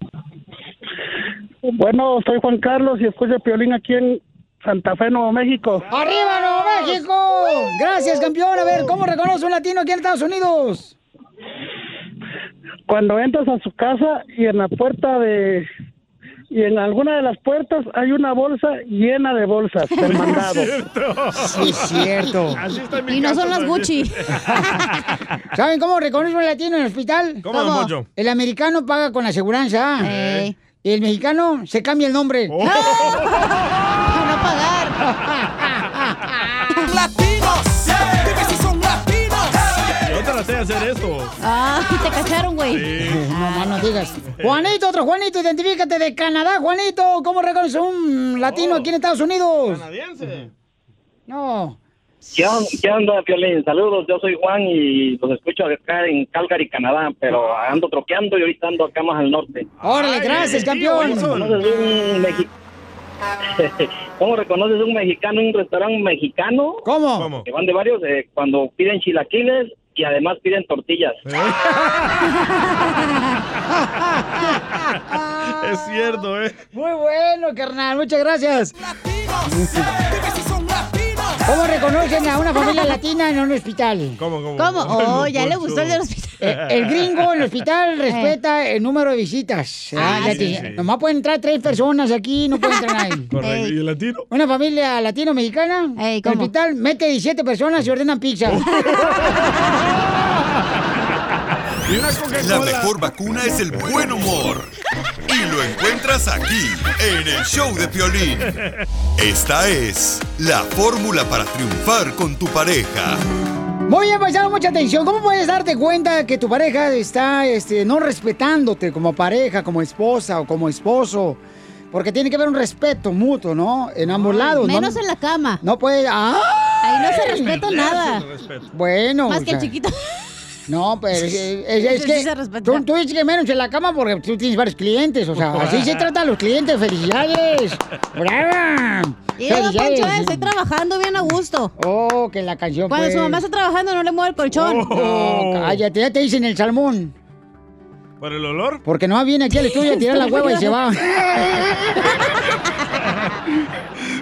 Bueno, soy Juan Carlos y escucho Piolín aquí en Santa Fe, Nuevo México. ¡Arriba, Nuevo México! Gracias, campeón. A ver, ¿cómo reconoce un latino aquí en Estados Unidos? Cuando entras a su casa y en la puerta de... Y en alguna de las puertas hay una bolsa llena de bolsas del mandado. Sí, es cierto. Así está mi Y no casa son las también. Gucci. ¿Saben cómo reconoce un latino en el hospital? ¿Cómo, don Poncho? El americano paga con la aseguranza. Ey. Y el mexicano se cambia el nombre. Oh. Para pagar. Latinos, dime si son latinos. Yo te la sé hacer esto. Ah, te cacharon, güey. No, no, no digas. Juanito, otro Juanito, identifícate de Canadá, Juanito. ¿Cómo reconoce un latino aquí en Estados Unidos? Oh. Canadiense. No. ¿Qué on- qué onda, Piolín? Saludos, yo soy Juan y los escucho acá en Calgary, Canadá, pero ando troqueando y ahorita ando acá más al norte. Órale, Ay, gracias, tío campeón. Wilson. ¿Cómo reconoces un mexi- ¿Cómo reconoces un mexicano en un restaurante mexicano? ¿Cómo? Que van de varios, eh, cuando piden chilaquiles y además piden tortillas. Es cierto, ¿eh? Muy bueno, carnal, muchas gracias. ¿Cómo reconocen a una familia latina en un hospital? Eh, ¿Cómo, cómo? ¿Cómo? Oh, ya le gustó el del hospital. el gringo en el hospital respeta el número de visitas. Eh. Ah, Ah, ya sí, te- sí. Nomás pueden entrar tres personas aquí, no pueden entrar nadie. Correcto. ¿Y el latino? Una familia latino-mexicana, el hospital mete 17 personas y ordenan pizza. La mejor vacuna es el buen humor. Y lo encuentras aquí, en el show de Piolín. Esta es la fórmula para triunfar con tu pareja. Muy bien, paisano, mucha atención. ¿Cómo puedes darte cuenta que tu pareja está este, no respetándote como pareja, como esposa o como esposo? Porque tiene que haber un respeto mutuo, ¿no? En ambos lados. menos en la cama. No puede. ¡Ay! Ahí no se respeta nada. Bueno. Más o que el sea, chiquito. No, pero es, es- es Ese sí se que respeta. tú, tú dices que menos en la cama porque tú tienes varios clientes. O sea, así se trata a los clientes. ¡Felicidades! ¡Brava! Y luego, Felicidades. Pancho, eh, estoy trabajando bien a gusto. Oh, que la canción. Cuando su pues. Oh. mamá está trabajando, no le mueve el colchón. No, cállate, ya te dicen el salmón. ¿Por el olor? Porque no viene aquí al estudio a tirar la hueva y se va.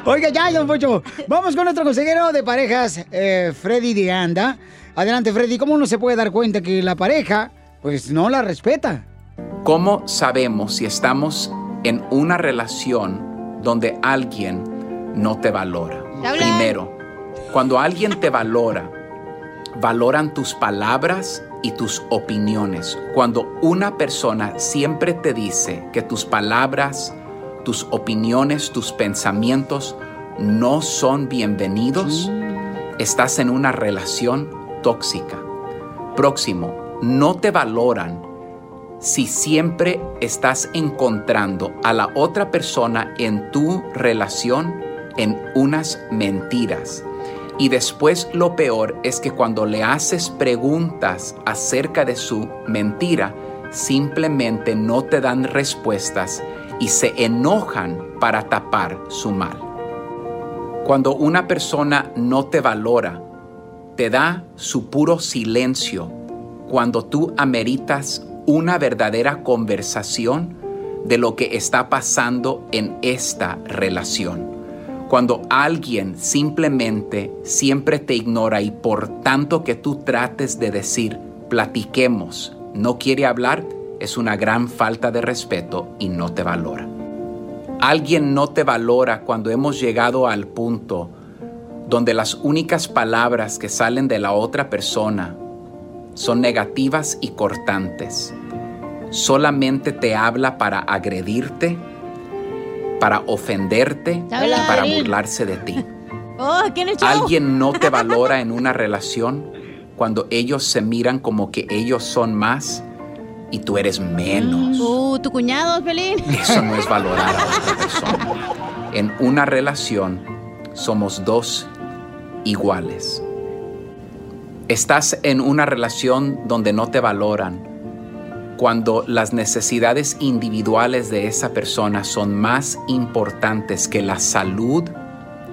Oiga, ya, don Pocho. Vamos con nuestro consejero de parejas, eh, Freddy de Anda. Adelante, Freddy. ¿Cómo uno se puede dar cuenta que la pareja, pues, no la respeta? ¿Cómo sabemos si estamos en una relación donde alguien no te valora? Primero, cuando alguien te valora, valoran tus palabras y tus opiniones. Cuando una persona siempre te dice que tus palabras, tus opiniones, tus pensamientos no son bienvenidos, estás en una relación tóxica. Próximo, no te valoran si siempre estás encontrando a la otra persona en tu relación en unas mentiras. Y después lo peor es que cuando le haces preguntas acerca de su mentira, simplemente no te dan respuestas y se enojan para tapar su mal. Cuando una persona no te valora, te da su puro silencio cuando tú ameritas una verdadera conversación de lo que está pasando en esta relación. Cuando alguien simplemente siempre te ignora y por tanto que tú trates de decir, platiquemos, no quiere hablar, es una gran falta de respeto y no te valora. Alguien no te valora cuando hemos llegado al punto donde las únicas palabras que salen de la otra persona son negativas y cortantes. Solamente te habla para agredirte, para ofenderte Sabe y la para Piolín. burlarse de ti. Oh, ¿quién echó? Alguien no te valora en una relación cuando ellos se miran como que ellos son más y tú eres menos. Uh, tu cuñado, Pelín. Eso no es valorar a otra persona. En una relación somos dos iguales. Estás en una relación donde no te valoran cuando las necesidades individuales de esa persona son más importantes que la salud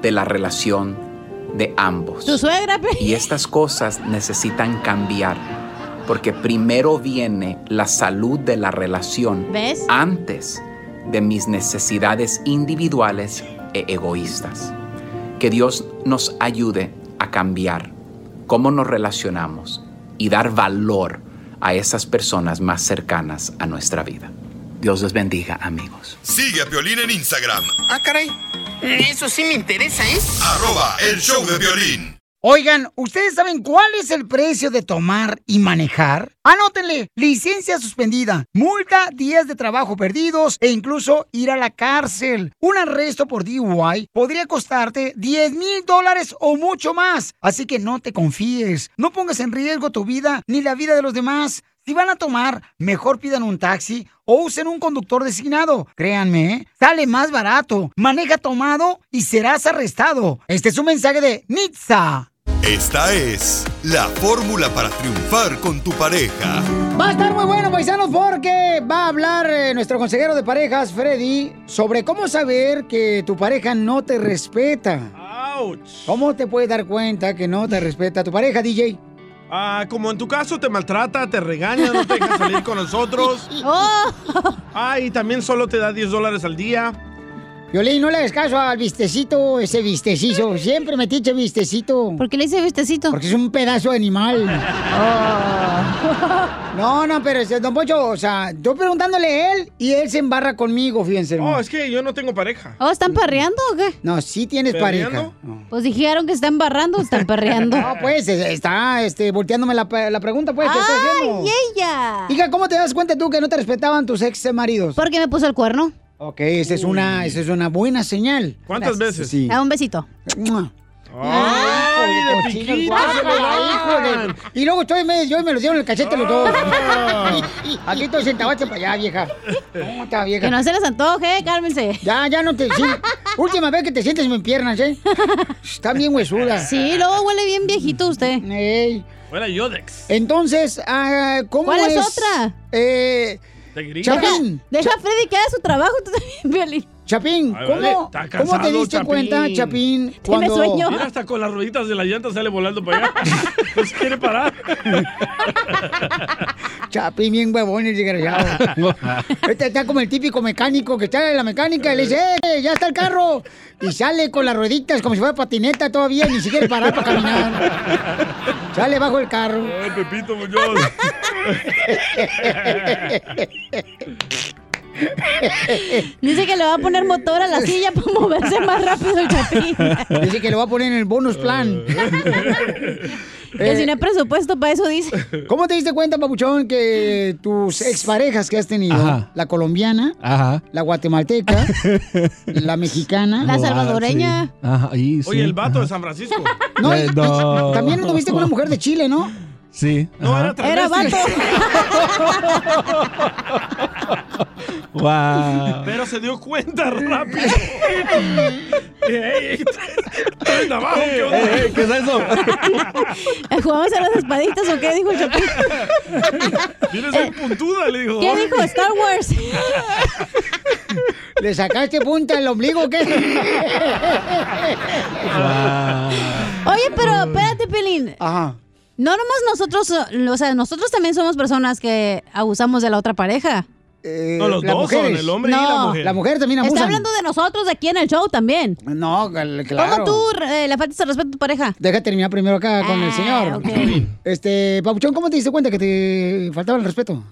de la relación de ambos. Tu suegra, Pelín. Y estas cosas necesitan cambiar, porque primero viene la salud de la relación ¿Ves? antes de mis necesidades individuales e egoístas. Que Dios nos ayude a cambiar cómo nos relacionamos y dar valor a esas personas más cercanas a nuestra vida. Dios les bendiga, amigos. Sigue a Piolín en Instagram, Ah, caray. Eso sí me interesa, ¿eh? arroba el show de violín. Oigan, ¿ustedes saben cuál es el precio de tomar y manejar? Anótenle, licencia suspendida, multa, días de trabajo perdidos e incluso ir a la cárcel. Un arresto por DUI podría costarte 10 mil dólares o mucho más. Así que no te confíes, no pongas en riesgo tu vida ni la vida de los demás. Si van a tomar, mejor pidan un taxi o usen un conductor designado. Créanme, ¿eh? sale más barato. Maneja tomado y serás arrestado. Este es un mensaje de Nitza. Esta es la fórmula para triunfar con tu pareja. Va a estar muy bueno, paisanos, porque va a hablar eh, nuestro consejero de parejas, Freddy, sobre cómo saber que tu pareja no te respeta. ¿Cómo te puedes dar cuenta que no te respeta tu pareja, DJ? Ah, como en tu caso te maltrata, te regaña, no te deja salir con nosotros. Oh. Ah, y también solo te da 10 dólares al día. Violín, no le hagas caso al vistecito, ese vistecito. Siempre me tiche vistecito. ¿Por qué le dice vistecito? Porque es un pedazo de animal. No, no, pero este, don Pocho, o sea, yo preguntándole a él y él se embarra conmigo, fíjense. Oh, es que yo no tengo pareja. ¿Oh, están parreando o qué? No, sí tienes ¿Perreando? pareja. Pues dijeron que están barrando, están parreando. No, pues es- está este, volteándome la, pa- la pregunta, pues, ¿qué está haciendo? ¡Ay, ella! Hija, ¿cómo te das cuenta tú que no te respetaban tus ex maridos? Porque me puso el cuerno. Ok, esa es una, esa es una buena señal. ¿Cuántas veces? Sí. Da un besito. Ay, de cochino, piquito guácala, se lo hijo de- Y luego estoy medio, yo y me los dieron el cachete los dos. Ah. Aquí estoy sentado, hazte para allá, vieja. ¿Cómo está, vieja? Que no se les antoje, cálmense. Ya, ya no te... sí. Última vez que te sientes en mis piernas, ¿eh? Está bien huesuda. Sí, luego huele bien viejito usted. Ey. Fuera Yodex. Entonces, ah, ¿cómo ¿Cuál es es? otra? Eh... Te grita. Chapín. Deja a Freddy que haga su trabajo, tú también, Violín. Chapín, Ay, vale, ¿cómo, está ¿cómo te cansado, diste Chapín. cuenta, Chapín, cuando... Mira, hasta con las rueditas de la llanta sale volando para allá. No se quiere parar. Chapín, Ah, bien huevón el desgraciado. Este está como el típico mecánico que está en la mecánica y le dice, "Eh, ya está el carro! Y sale con las rueditas como si fuera patineta todavía, ni siquiera parar para caminar. Sale bajo el carro. Ay, Pepito Muñoz. Dice que le va a poner motor a la silla para moverse más rápido el chapín. Dice que lo va a poner en el bonus plan. Eh, Que si no hay presupuesto para eso, dice. ¿Cómo te diste cuenta, Papuchón, que tus exparejas que has tenido, Ajá. la colombiana, Ajá. la guatemalteca, la mexicana, Ah, sí. Ajá, ahí sí. Oye, el vato de San Francisco. No, y- pues, Eh, no. También anduviste con una mujer de Chile, ¿no? Sí. No, ajá. era travesti. Guau. Pero se dio cuenta rápido. Ey, ey, traen de abajo, ¿qué onda? ¿Qué es eso? Eh, ¿Jugamos a las espaditas o qué dijo el chapín? Eh, Tienes bien puntuda, le digo. ¿Qué dijo Star Wars? ¿Le sacaste punta al ombligo o qué? Oye, pero espérate, Pelín. Ajá. No nomás nosotros, o sea, nosotros también somos personas que abusamos de la otra pareja. No, los Eh, las dos son, el hombre y la No. mujer. La mujer también Está abusan. hablando de nosotros aquí en el show también. No, cal- claro. ¿Cómo tú eh, le faltas el respeto a tu pareja? Deja terminar primero acá Ah, con el señor. Este, Papuchón, ¿cómo te diste cuenta que te faltaba el respeto?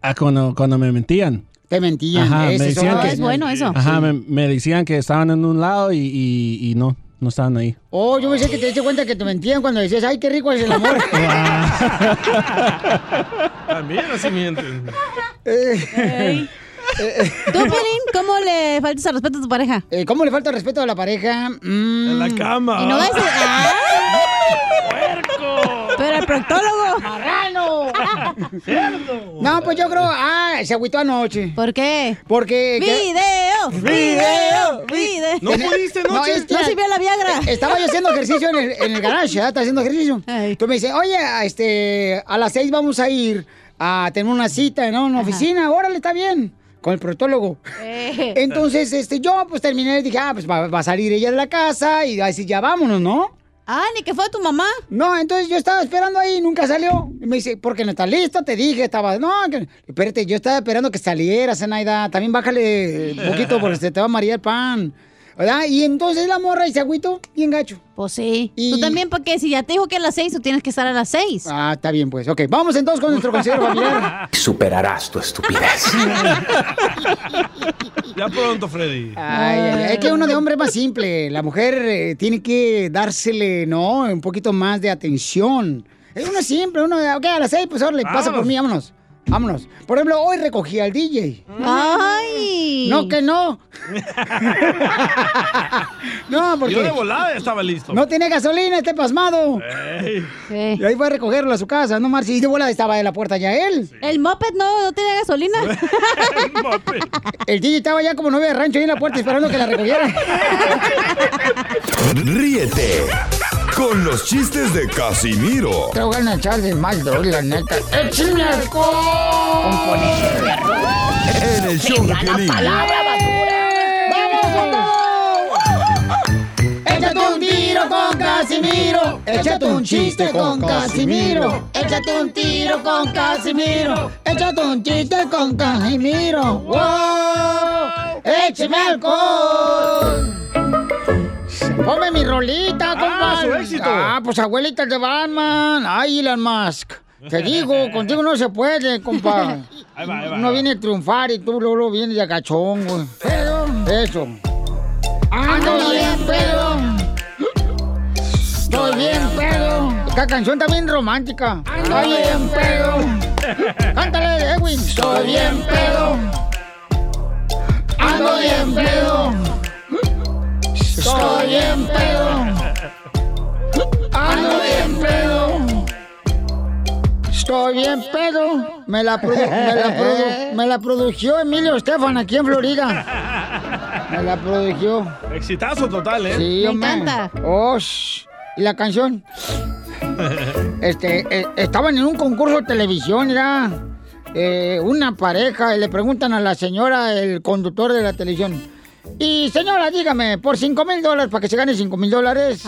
Ah, cuando, cuando me mentían. Te mentían. Ajá, ese me es decían otro que, señal. Ajá, me, me decían que estaban en un lado y, y- y no. No estaban ahí. Oh, yo pensé que te diste cuenta que te mentían cuando decías, ay, qué rico es el amor. También así mienten. Eh, ¿Tú, Pelín, cómo le faltas al respeto a tu pareja? Eh, ¿Cómo le falta el respeto a la pareja? Mm. En la cama. Y no vas a- Pero el proctólogo. ¡Marrano! No, pues yo creo, ah, se agüitó anoche. ¿Por qué? Porque... ¡Video! Eh, ¡Video! ¡Video! No pudiste anoche. No sirvió la Viagra. Estaba yo haciendo ejercicio en el, en el garage, ¿eh? ¿ya? Estaba Ah, haciendo ejercicio. Tú me dices, oye, a este, a las seis vamos a ir a tener una cita, ¿no? En una oficina, órale, está bien. Con el protólogo. Eh. Entonces, este, yo pues terminé y dije, ah, pues va, va a salir ella de la casa y así ya vámonos, ¿no? Ah, ni que fue tu mamá. No, entonces yo estaba esperando ahí, nunca salió. Y me dice, porque no está lista, te dije, estaba. No, que- espérate, yo estaba esperando que saliera, Zenaida. También bájale un poquito porque se te va a marear el pan. ¿Verdad? Y entonces la morra y se agüito y engacho. Pues sí. Tú también, porque si ya te dijo que a las seis, tú tienes que estar a las seis. Ah, está bien, pues. Ok, vamos entonces con nuestro consejero familiar. Superarás tu estupidez. Ya pronto, Freddy. Ay, ay, ay. Es que uno de hombre es más simple. La mujer eh, tiene que dársele, ¿no? Un poquito más de atención. Es uno es simple, uno de, ok, a las seis, pues órale, pasa por Vamos. mí, vámonos. Vámonos. Por ejemplo, hoy recogí al DJ. ¡Ay! No, que no. no, porque. Yo de volada Eh. estaba listo. No tiene gasolina, este pasmado. Ey. Y ahí fue a recogerlo a su casa, no Marci. Y de volada estaba de la puerta ya él. El moped no, no tenía gasolina. El DJ estaba ya como novia de rancho ahí en la puerta esperando que la recogieran. Ríete con los chistes de Casimiro Te voy a echar de mal, doy, la neta. ¡Écheme alcohol! en el show de Piolín. Échate un tiro con Casimiro. Échate un chiste con Casimiro. Échate un tiro con Casimiro. Échate un chiste con Casimiro. ¡Wow! ¡Échame alcohol! Ponme mi rolita, compa. su éxito. Ah, pues abuelita de Batman. Ay, Elon Musk. Te digo, contigo no se puede, compa. Ahí va, ahí va, ahí Uno va. viene a triunfar y tú luego vienes de agachón, güey. Eso. Ando bien pedo. Estoy bien pedo. Esta canción está bien romántica. Ando bien pedo. Cántale, Edwin. Estoy bien pedo. Ando bien pedo. Estoy bien pedo. Ando bien pedo. Estoy bien pedo. Me la, produ- me la, produ- me la produjo Emilio Estefan aquí en Florida. Me la produjo. Exitazo total, ¿eh? Sí, hombre. Oh, sh- ¿Y la canción? Este, eh, estaban en un concurso de televisión, era eh, una pareja, y le preguntan a la señora, el conductor de la televisión. Y señora, dígame, por 5 mil dólares, para que se gane 5 mil dólares,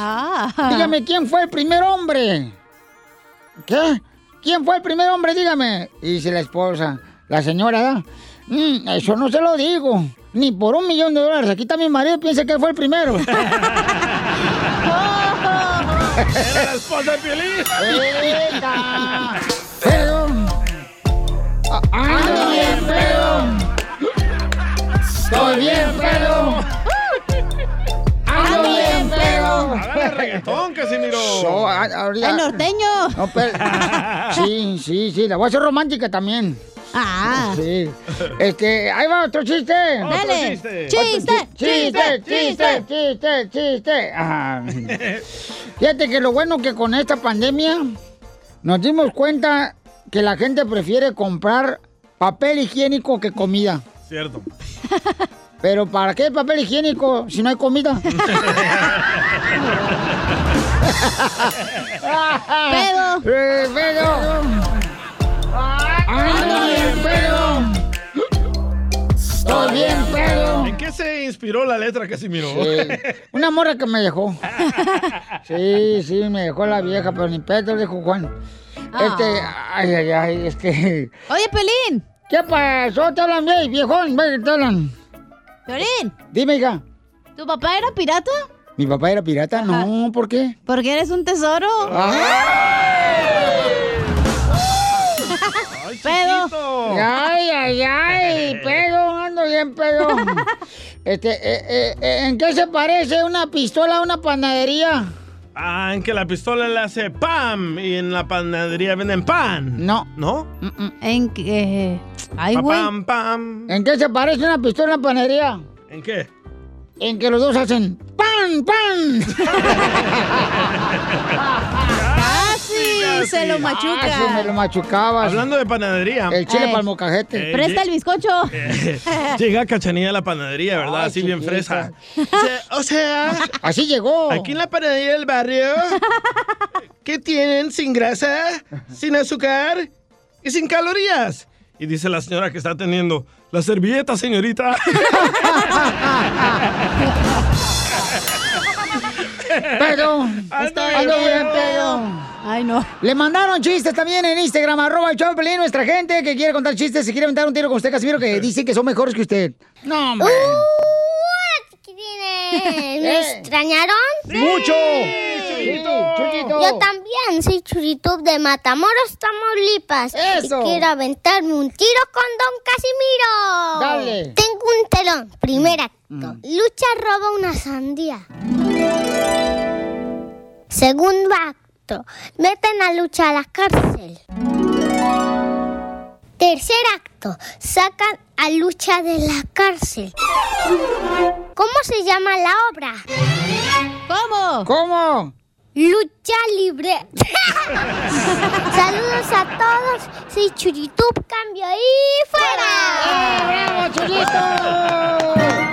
dígame quién fue el primer hombre. ¿Qué? ¿Quién fue el primer hombre? Dígame. Y dice la esposa, la señora, ¿da? "Mm, eso no se lo digo. Ni por un millón de dólares. Aquí está mi marido, piensa que él fue el primero. ¡Era la esposa de Piolín! ¡Venga! Pero... ¡Ando bien pedo! ¡Estoy bien pedo! ¡Ando bien pedo! Hágale reggaetón, Casimiro. So, a- ahorita- El norteño. No, pero- sí, sí, sí, la voy a hacer romántica también. Ah. Sí. Este, ahí va otro chiste. Otro Dale. chiste. Otro Chiste, chi- chiste, chiste, chiste, chiste, chiste. Ah. Fíjate que lo bueno que con esta pandemia nos dimos cuenta que la gente prefiere comprar papel higiénico que comida. Cierto. Pero ¿para qué papel higiénico si no hay comida? Pedo. Eh, pedo. Ando bien pedo. Estoy bien pedo. ¿En qué se inspiró la letra, Casimiro? Sí. Una morra que me dejó. Sí, sí, me dejó la vieja, pero ni pedo, dijo Juan. Este, Ah. ay, ay, ay, es que. Oye, Pelín. ¿Qué pasó? ¿Te hablan bien, viejón? Ve que ¿Te hablan? Pelín, Dime, hija. ¿tu papá era pirata? ¿Mi papá era pirata? No, ¿por qué? Porque eres un tesoro. Ah, Ay, ay, ay, pedo, ando bien pedo. Este, eh, eh, eh, ¿En qué se parece una pistola a una panadería? Ah, en que la pistola le hace ¡pam! Y en la panadería venden pan. No. ¿No? ¿En qué? Ay, Pa, güey. pam, ¿En qué se parece una pistola a una panadería? ¿En qué? En que los dos hacen ¡pam, pam! Casi, se lo machuca. Ah, sí, me lo machucabas. Hablando de panadería. El chile Ay. para el mocajete. Eh, Presta el bizcocho. Llega Cachanilla a la panadería, ¿verdad? Así bien fresa. O sea... Así llegó. Aquí en la panadería del barrio, ¿qué tienen sin grasa, sin azúcar y sin calorías? Y dice la señora que está atendiendo, la servilleta, señorita. Pero, ando bien, pedo. Ay, no. Le mandaron chistes también en Instagram, arroba el show de Pelín, nuestra gente que quiere contar chistes, se quiere aventar un tiro con usted, Casimiro, que dice que son mejores que usted. No, hombre. Eh, ¿Me extrañaron? ¡Mucho! Churrito. Yo también soy Churrito de Matamoros, Tamaulipas. Y quiero aventarme un tiro con Don Casimiro. Dale. Tengo un telón. Primer acto. Lucha roba una sandía. Segundo acto. Meten a Lucha a la cárcel. Tercer acto. Sacan a Lucha de la cárcel. ¿Cómo se llama la obra? ¿Cómo? ¿Cómo? Lucha libre. Saludos a todos. Soy Churitup, cambio y fuera. ¡Bravo, Churito!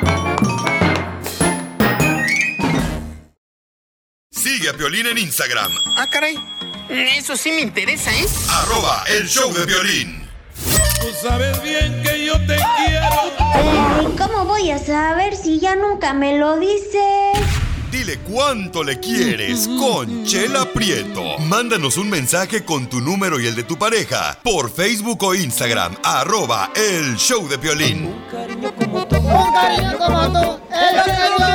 Sigue a Piolín en Instagram, Ah, caray. Eso sí me interesa, ¿eh? arroba el show de violín. Tú sabes bien que yo te Pero, ¿cómo voy a saber si ya nunca me lo dices? Dile cuánto le quieres con Chela Prieto. Mándanos un mensaje con tu número y el de tu pareja por Facebook o Instagram, arroba el show de violín. Un cariño como tú, es lo que yo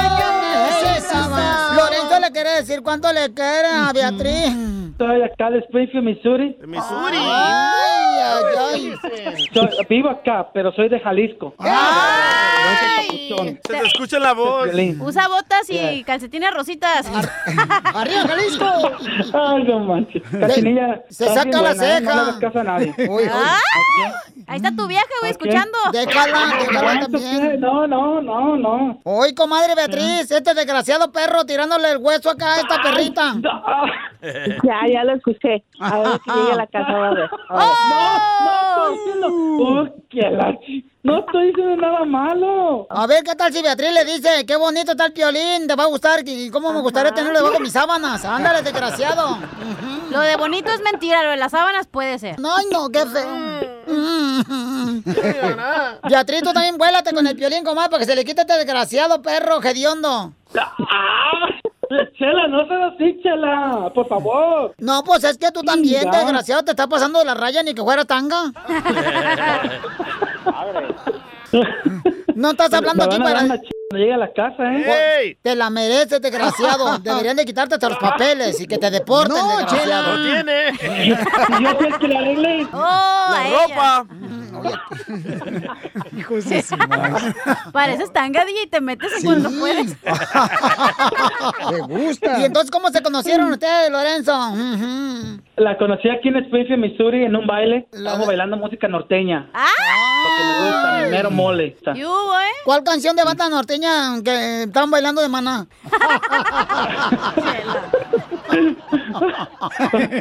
necesitaba. Lorenzo le quiere decir cuánto le quiere a Beatriz. Estoy acá de Springfield, Missouri. Missouri. Ay, ay, ay. Soy- vivo acá, pero soy de Jalisco. ¡Ay! Se te escucha la voz. Usa botas y Yeah. calcetines rositas. ¡Arriba, Jalisco! Ay, no manches. Cachanilla, se estás saca bien la buena, ¿eh? No ceja. le hagas caso a nadie. ¿Ah? Ahí está tu vieja, güey, Ok. escuchando. Déjala, déjala también. No, no, no, no. Hoy, comadre Beatriz, este desgraciado perro tirándole el hueso acá a esta perrita. Ya, ya lo escuché. A ver si llega a la casa va a ver. Ah. A ver. Oh. No, no, estoy diciendo. Oh, que la- No estoy diciendo nada malo. A ver, ¿qué tal si Beatriz le dice? Qué bonito está el piolín, te va a gustar. ¿Y cómo me gustaría tenerlo debajo de mis sábanas? Ándale, desgraciado. Lo de bonito es mentira, lo de las sábanas puede ser. Mm. No, no, qué feo. Beatriz, tú también vuélate con el piolín, comadre, para que se le quite este desgraciado perro hediondo. Ah, Chela, no seas así, Chela, por favor. No, pues es que tú también, ya. desgraciado, te está pasando de la raya ni que fuera tanga. No estás Me- hablando me aquí van a para... dar una ch- Cuando llegue a la casa, ¿eh? Te la mereces, desgraciado. Deberían de quitarte hasta los papeles y que te deporten, No, desgraciado. Chela. No tiene. Y yo soy el que le arregle Oh, a ella. ropa. Hijos de su madre. Pareces tanga, DJ, y te metes en cuando puedes. Me gusta. ¿Y entonces cómo se conocieron ustedes, Lorenzo? Ujú. La conocí aquí en Springfield, Missouri, en un baile. Estábamos bailando música norteña. Ah. Me gusta, mi mero mole. eh? ¿Cuál canción de banda norteña que están bailando de maná?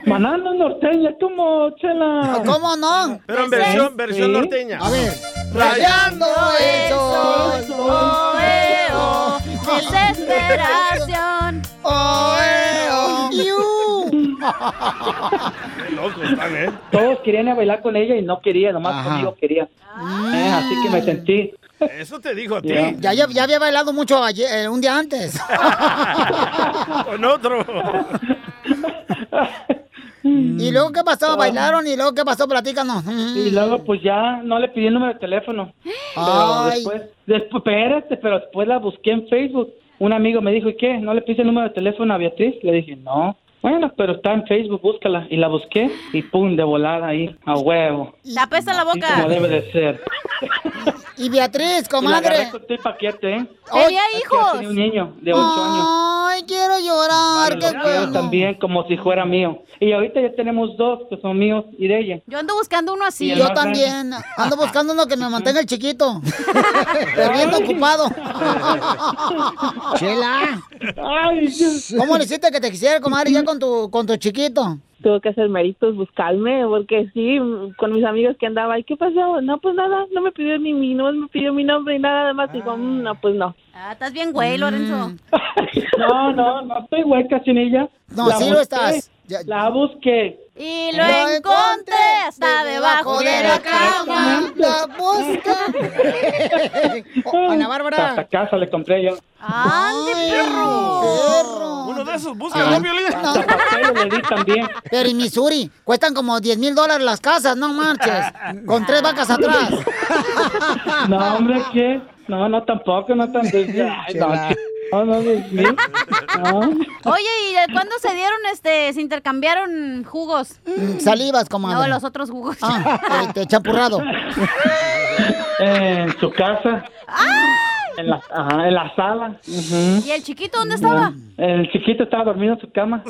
Manando norteña, ¿cómo, Chela? ¿Cómo no? Pero en versión- versión norteña. A ver. Rayando el sol, oe, oh, desesperación, oe, oh, iu. ¿eh? Todos querían ir a bailar con ella y no quería, nomás conmigo quería. Eh, así que me sentí. Eso te dijo a ti. Ya, Ah. ya, ya había bailado mucho ayer, eh, un día antes. Con otro. ¿Y luego qué pasó? ¿Bailaron? ¿Y luego qué pasó? Platícanos. Oh. Y luego, pues ya no le pedí el número de teléfono. Pero Ay. después, después, espérate, pero después la busqué en Facebook. Un amigo me dijo, ¿y qué? ¿No le pediste el número de teléfono a Beatriz? Le dije, no. Bueno, pero está en Facebook, búscala. Y la busqué y pum, de volada ahí, a huevo. La pesta en la boca. Como debe de ser. Y Beatriz, Y la agarré comadre. con todo el paquete, ¿eh? Tenía Es que hijos. tenía un niño de 8 Ah, años. Ay, quiero llorar. Lo qué quiero pena. también como si fuera mío. Y ahorita ya tenemos dos que son míos y de ella. Yo ando buscando uno así. Yo también. Ando buscando uno que me mantenga el chiquito. Pero bien ocupado. Chela. ¿Cómo le hiciste que te quisiera, comadre, ya con tu, con tu chiquito? Tuve que hacer méritos buscarme, porque sí, con mis amigos que andaba, ¿y qué pasó? No, pues nada, no me pidió ni mi, no me pidió mi nombre ni nada más. Digo, "Mm, no, pues no. Ah, estás bien güey, Mm. Lorenzo. No, no, no estoy hueca sin ella. No, sí lo estás. La busqué. Y lo encontré hasta debajo de la cama. La busca. Oh, Ana Bárbara. Hasta casa le compré yo. ¡Ande, perro! perro! Ah. Uno de esos, búscalo, Hasta papel le di también. Pero en Missouri cuestan como 10 mil dólares las casas, no marches. Con tres vacas atrás. No, hombre, ¿qué? No, no, tampoco, no tan... Ay, no, Chela. no, no, Dios mío. no. Oye, ¿y de cuándo se dieron, este, se intercambiaron jugos? Mm, Salivas, comadre. No, los otros jugos. Ah, te champurrado. En su casa, en la, ajá, en la sala. Ujú. ¿Y el chiquito dónde estaba? Mm. El chiquito estaba dormido en su cama.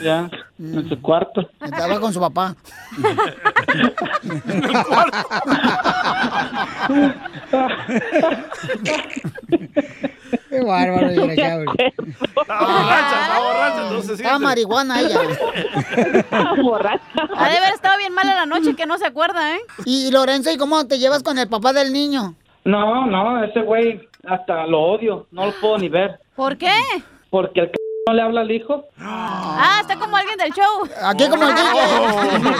Ya, en su cuarto. Estaba con su papá. Qué bárbaro, yo le cago. Está borracha, entonces. Estaba marihuana ella. borracha. Ha de haber estado bien mala la noche que no se acuerda, ¿eh? Y Lorenzo, ¿y cómo te llevas con el papá del niño? No, no, ese güey hasta lo odio. No lo puedo ni ver. ¿Por qué? Porque el c no le habla al hijo. Ah, está como alguien del show. Aquí como el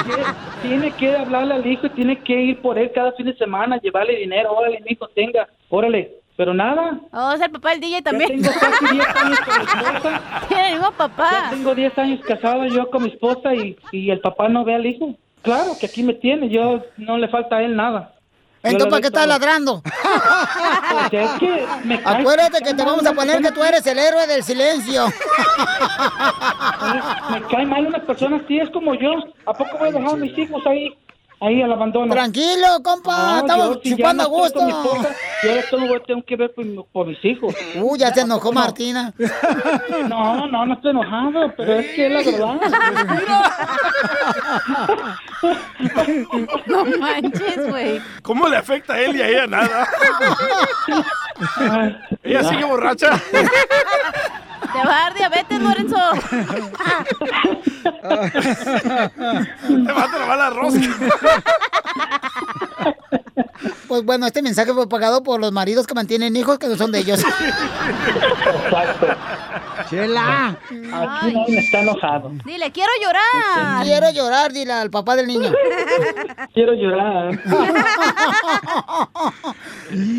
Tiene que hablarle al hijo, tiene que ir por él cada fin de semana, llevarle dinero, órale, mi hijo, tenga, órale. Pero nada, Oh, es el papá del DJ también. tengo casi 10 años con mi esposa. Tiene el mismo papá. Ya tengo 10 años casado yo con mi esposa y, y el papá no ve al hijo. Claro que aquí me tiene, yo no le falta a él nada. Entonces, ¿para qué estás ladrando? Pues Es que me cae- Acuérdate que te vamos a poner que tú eres el héroe del silencio. Me cae mal unas personas así, es como yo. ¿A poco voy a dejar a mis hijos ahí, ahí al abandono? Tranquilo, compa, estamos yo, si ya chupando no a estoy con mi gusto. esposa, Yo ahora todo lo tengo que ver por, mi- por mis hijos. Uy, ya se enojó Martina. No, no, no estoy enojado, pero es que es la verdad. No manches, güey. ¿Cómo le afecta a él y a ella nada? ella sigue borracha. Te va a dar diabetes, Lorenzo. Te va a trabar la rosca. Pues bueno, este mensaje fue pagado por los maridos que mantienen hijos que no son de ellos. Chela. Aquí nadie está enojado. Dile, quiero llorar. Quiero llorar, dile al papá del niño. Quiero llorar.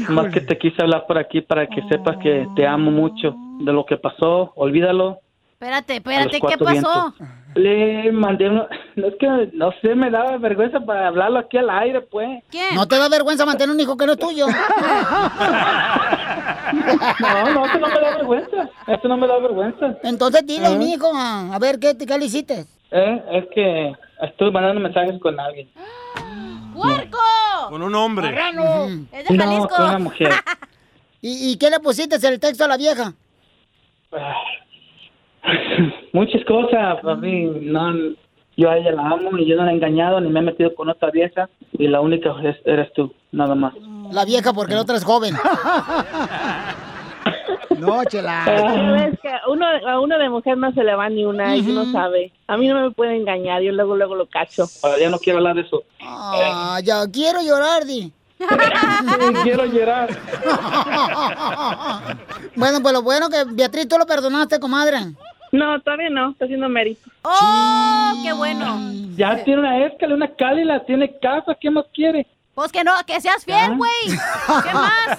Más que te quise hablar por aquí para que sepas que te amo mucho de lo que pasó, olvídalo. Espérate, a los espérate, ¿qué cuatro pasó? vientos. Le mandé uno, no es que no sé, me daba vergüenza para hablarlo aquí al aire, pues. ¿No te da vergüenza mantener un hijo que no es tuyo? No, no, eso no me da vergüenza. Eso no me da vergüenza. Entonces dile, Ah. mi hijo, a a ver, ¿qué, qué le hiciste? Eh, es que estoy mandando mensajes con alguien. ¡Puerco! Con un hombre. Marrano. Es de No, Jalisco. con una mujer. ¿Y, y qué le pusiste en el texto a la vieja? Muchas cosas, papi. No, yo a ella la amo y yo no la he engañado ni me he metido con otra vieja y la única es- eres tú, nada más. La vieja porque la otra es joven. No, Ah, Pero es que uno, a uno de mujer no se le va ni una y uno sabe. A mí no me puede engañar, yo luego luego lo cacho. ya no quiero hablar de eso. Ah, ya quiero llorar, di. quiero llorar. bueno, pues lo bueno que Beatriz, tú lo perdonaste, comadre. No, todavía no, está haciendo mérito. ¡Oh, qué bueno! Ya tiene una escala, una cálida, tiene casa, ¿qué más quiere? Pues que no, que seas fiel, güey. ¿Qué más?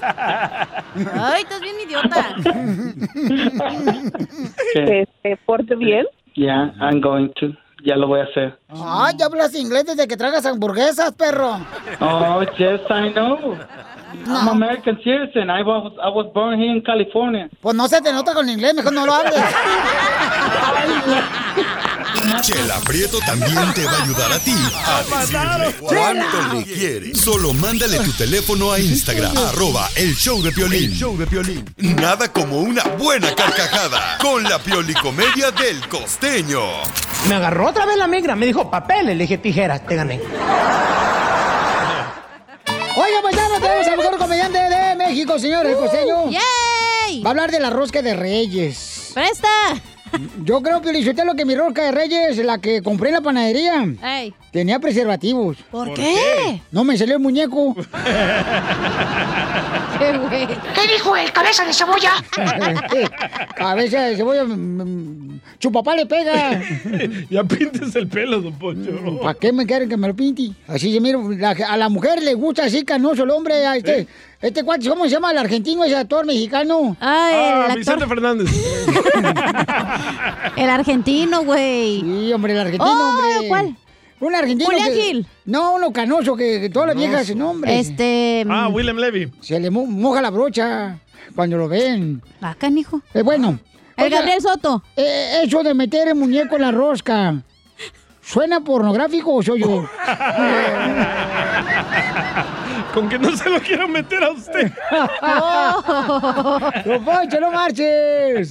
Ay, estás bien idiota. Que se Este, porte bien. Ya, I'm going to. Ya lo voy a hacer. Ay, ya hablas inglés desde que tragas hamburguesas, perro. Oh, yes, I know. I'm American citizen. I was, I was born here in California. Pues no se te nota con el inglés, mejor no lo hables. Chela Prieto también te va a ayudar a ti a decirle cuánto le quieres. Solo mándale tu teléfono a Instagram, arroba el show de Piolín. Nada como una buena carcajada con la piolicomedia del costeño. Me agarró otra vez la migra, me dijo papeles, le dije tijeras, te gané. Oiga, pues ya nos tenemos al mejor comediante de México, señor Uh, el costeño. Va a hablar de la rosca de reyes. ¡Presta! Yo creo, que lo que mi rosca de reyes, la que compré en la panadería, Ey. tenía preservativos. Eh. ¿Por ¿Por qué? qué? No me salió el muñeco. Qué güey. ¿Qué dijo el cabeza de cebolla? cabeza de cebolla. mm, mm, Chupapá le pega. ya pintes el pelo, don Poncho. ¿Para qué me quieren que me lo pinte? Así se mira, la- a la mujer le gusta así canoso el hombre. a este, este cuate, ¿cómo se llama el argentino, ese actor mexicano? Ah, Vicente Fernández. El argentino, güey. Sí, hombre, el argentino, Oh, hombre. ¿cuál? Un argentino. Julián que- Gil. No, uno canoso que, que todas las viejas, Canoso. no, hombre. Este. Ah, Willem Levy. Se le mo- moja la brocha cuando lo ven. Acá, hijo. Es bueno. eh, El Gabriel Soto. eso de meter el muñeco en la rosca. ¿Suena pornográfico o soy yo? Con que no se lo quiero meter a usted. ¡No, Poncho, no marches!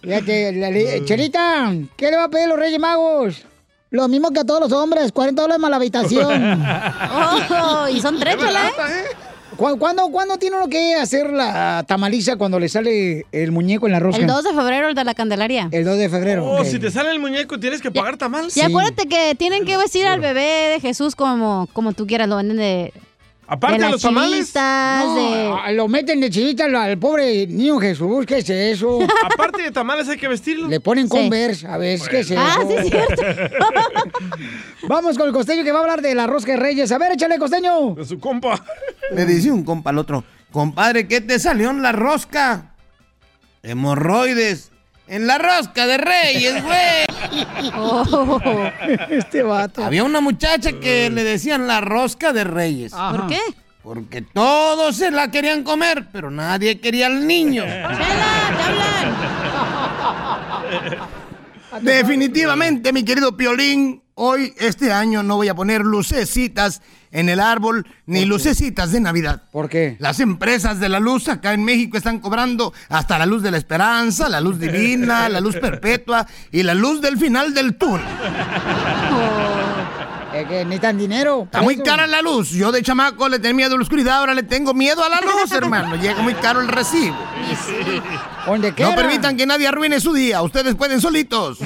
Fíjate, la le- Chelita, ¿qué le va a pedir los Reyes Magos? Lo mismo que a todos los hombres, 40 dólares más la habitación. Oh, y son tres, chela, ¿eh? ¿Cu- ¿Cuándo, cuándo tiene uno que hacer la tamaliza cuando le sale el muñeco en la rosca? El 2 de febrero, el de la Candelaria. El 2 de febrero. Oh, ok. si te sale el muñeco, tienes que pagar tamales. Y acuérdate que tienen que vestir al bebé de Jesús como, como tú quieras, lo venden de... Aparte de de las los tamales. chilitas, de- Ah, Lo meten de chivita al, al pobre niño Jesús, ¿qué es eso? Aparte de tamales, hay que vestirlo. Le ponen Converse, a ver, ¿qué es eso? Ah, sí, es cierto. Vamos con el costeño que va a hablar de la rosca de Reyes. A ver, échale, costeño. De su compa. Le dice un compa al otro, compadre, ¿qué te salió en la rosca? Hemorroides. En la rosca de Reyes, güey. Oh. este vato. Había una muchacha que le decían la rosca de Reyes. ¿Por qué? Porque todos se la querían comer, pero nadie quería al niño. Definitivamente, mi querido Piolín, hoy, este año, no voy a poner lucecitas en el árbol, ni lucecitas de Navidad. ¿Por qué? Las empresas de la luz acá en México están cobrando hasta la luz de la esperanza, la luz divina, la luz perpetua y la luz del final del túnel. Es que necesitan dinero. Está muy cara la luz. Yo de chamaco le tenía miedo a la oscuridad, ahora le tengo miedo a la luz, hermano. Llega muy caro el recibo. No quiera. permitan que nadie arruine su día. Ustedes pueden solitos.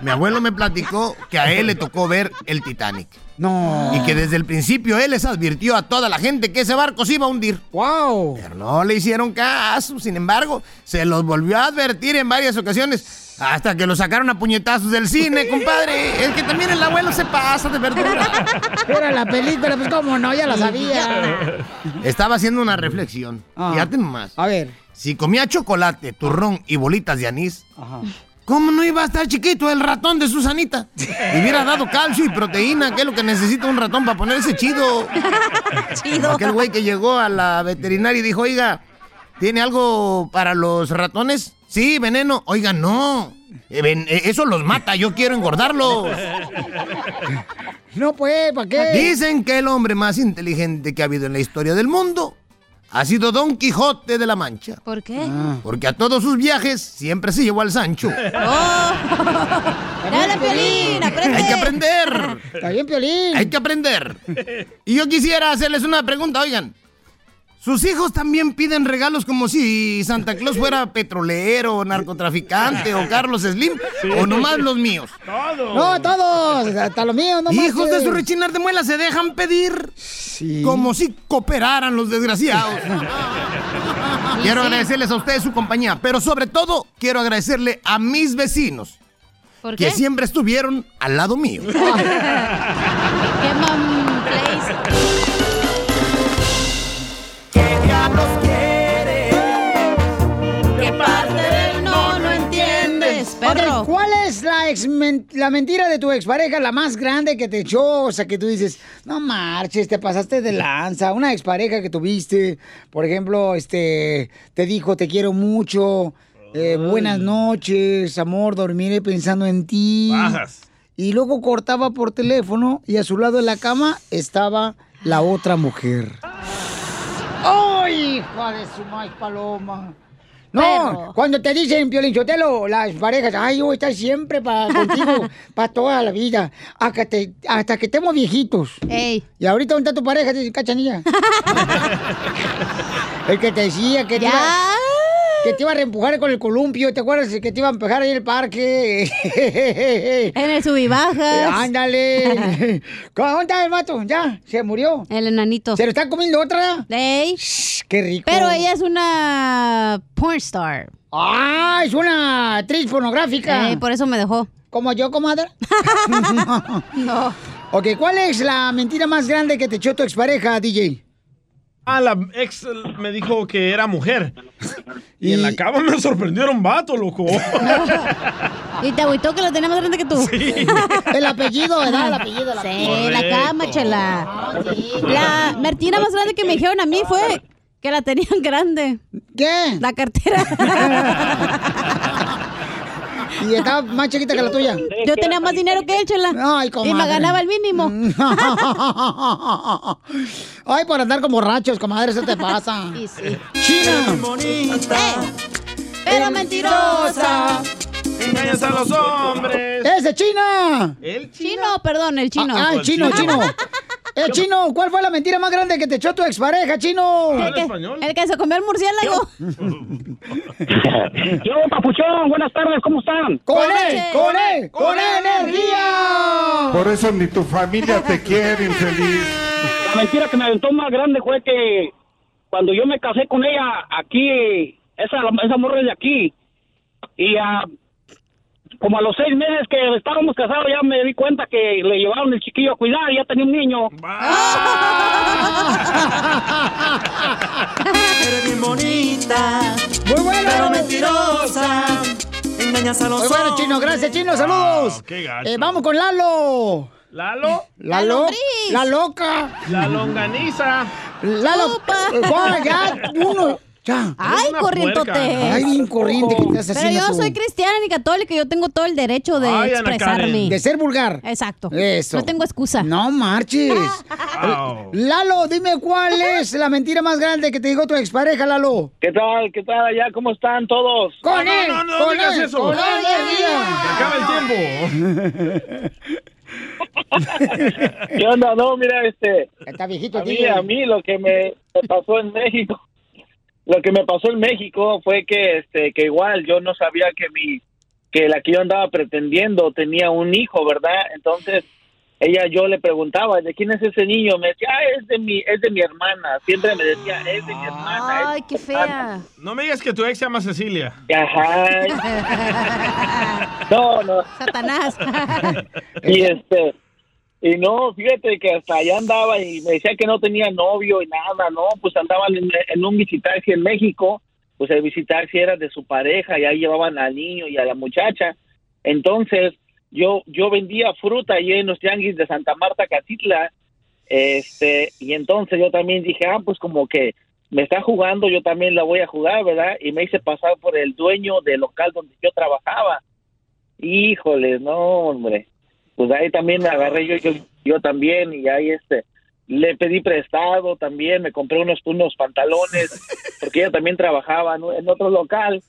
Mi abuelo me platicó que a él le tocó ver el Titanic. No. Y que desde el principio él les advirtió a toda la gente que ese barco se iba a hundir. ¡Wow! Pero no le hicieron caso. Sin embargo, se los volvió a advertir en varias ocasiones. Hasta que lo sacaron a puñetazos del cine, compadre. Es que también el abuelo se pasa de verdura. Era la película, pues cómo no, ya la sabía. Ah. Estaba haciendo una reflexión. Fíjate nomás. A ver. Si comía chocolate, turrón y bolitas de anís, ¿cómo no iba a estar chiquito el ratón de Susanita? Le hubiera dado calcio y proteína, que es lo que necesita un ratón para ponerse chido. Como Aquel güey que llegó a la veterinaria y dijo, oiga, ¿tiene algo para los ratones? Sí, veneno. Oiga, no. Eh, ven- eh, Eso los mata, yo quiero engordarlos. No, pues, ¿para qué? Dicen que el hombre más inteligente que ha habido en la historia del mundo ha sido Don Quijote de la Mancha. ¿Por qué? Porque a todos sus viajes siempre se llevó al Sancho. Oh. Ah. ¡Dale, Piolín! ¡Aprende! Hay que aprender. Está bien, Piolín. Hay que aprender. Y yo quisiera hacerles una pregunta, oigan. ¿Sus hijos también piden regalos como si Santa Claus fuera petrolero, narcotraficante o Carlos Slim? ¿O nomás los míos? Todos. No, todos. Hasta los míos, no Hijos de marches. su rechinar de muela se dejan pedir como si cooperaran los desgraciados. Quiero agradecerles a ustedes su compañía, pero sobre todo quiero agradecerle a mis vecinos ¿Por qué? que siempre estuvieron al lado mío. ¡Qué mam... place! ¿Qué parte del no no entiendes, perro? Ok, ¿Cuál es la, ex men- la mentira de tu expareja, la más grande que te echó? O sea, que tú dices, no marches, te pasaste de lanza. Una expareja que tuviste, por ejemplo, este, te dijo, te quiero mucho. eh, buenas noches, amor, dormiré pensando en ti. Bajas. Y luego cortaba por teléfono y a su lado en la cama estaba la otra mujer. ¡Ay, hija de su maíz paloma! No, Pero- cuando te dicen, Piolinchotelo, las parejas, ay, yo voy a estar siempre para contigo, para toda la vida, hasta, te- hasta que estemos viejitos. Y ahorita, ¿dónde está tu pareja? Te dice, cachanilla. el que te decía que te, Ya. iba, que te iba a reempujar con el columpio, ¿te acuerdas? Que te iba a empujar ahí en el parque. en el subibajas. Ándale. ¿Dónde está el vato? Ya, se murió. El enanito. ¿Se lo está comiendo otra? Ey. qué rico. Pero ella es una porn star. ¡Ah! Es una actriz pornográfica. Ey, por eso me dejó. ¿Como yo, comadre? no. Ok, ¿cuál es la mentira más grande que te echó tu expareja, DJ? Ah, la ex me dijo que era mujer. Y, en la cama me sorprendieron vato, loco. Y te agüitó que lo tenía más grande que tú. El apellido, ¿verdad? El apellido, el Sí, apellido. la cama, chela. La mentira más grande que me dijeron a mí fue que la tenían grande. ¿Qué? La cartera. ¿Y estaba más chiquita que la tuya? Yo tenía más dinero que él, chela. Y me comadre. ganaba el mínimo. Ay, por andar con borrachos, comadre, eso te pasa. Sí, sí. China. Pero mentirosa. Engañas a los hombres. ¡Ese China! El Chino, perdón, el chino. Ah, el chino, chino. Eh, chino, ¿cuál fue la mentira más grande que te echó tu expareja, chino? El que, el que se comió el murciélago. Yo, papuchón, buenas tardes, ¿cómo están? ¡Con él! ¡Con él! ¡Con energía! Por eso ni tu familia te quiere, infeliz. La mentira que me aventó más grande fue que cuando yo me casé con ella, aquí, esa, esa morra es de aquí, y ah, como a los seis meses que estábamos casados, ya me di cuenta que le llevaron el chiquillo a cuidar y ya tenía un niño. Eres bien bonita. Muy buena. Pero mentirosa. Engañas a los Muy Pues bueno, chino, gracias, chino, saludos. Ah, qué gacho. Eh, vamos con Lalo. ¿Lalo? La, La lo- lombriz. la loca. La longaniza. Lalo. Eh, Juan, ya, uno. Ya. Ay, Una corrientote. puerca. Ay, bien corriente que estás Pero haciendo yo tú. soy cristiana y católica y yo tengo todo el derecho de Ay, Ana Karen. expresarme. De ser vulgar. Exacto. Eso. No tengo excusa. No marches. Lalo, dime cuál es la mentira más grande que te dijo tu expareja, Lalo. ¿Qué tal? ¿Qué tal allá? ¿Cómo están todos? Con él, No, no, no, con digas él, eso. con él, Ay, energía. Acaba el tiempo. ¿Qué onda? No, mira, este. Está viejito, A mí, DJ. a mí lo que me, me pasó en México, lo que me pasó en México fue que, este, que igual yo no sabía que mi, que la que yo andaba pretendiendo tenía un hijo, ¿verdad? Entonces ella, yo le preguntaba, ¿de quién es ese niño? Me decía, ah, es de mi, es de mi hermana. Siempre me decía, es de mi hermana. Ay, qué fea. No me digas que tu ex se llama Cecilia. No, no. Satanás. Y este, y no, fíjate que hasta allá andaba y me decía que no tenía novio y nada, ¿no? Pues andaban en, en un visitarse en México, pues el visitarse era de su pareja y ahí llevaban al niño y a la muchacha. Entonces, yo, yo vendía fruta allí en los tianguis de Santa Marta, Catitla, este, y entonces yo también dije, ah, pues como que me está jugando, yo también la voy a jugar, ¿verdad? Y me hice pasar por el dueño del local donde yo trabajaba. Híjole, no, hombre. Pues ahí también me agarré yo, yo, yo también y ahí este, le pedí prestado también, me compré unos, unos pantalones, porque ella también trabajaba en, en otro local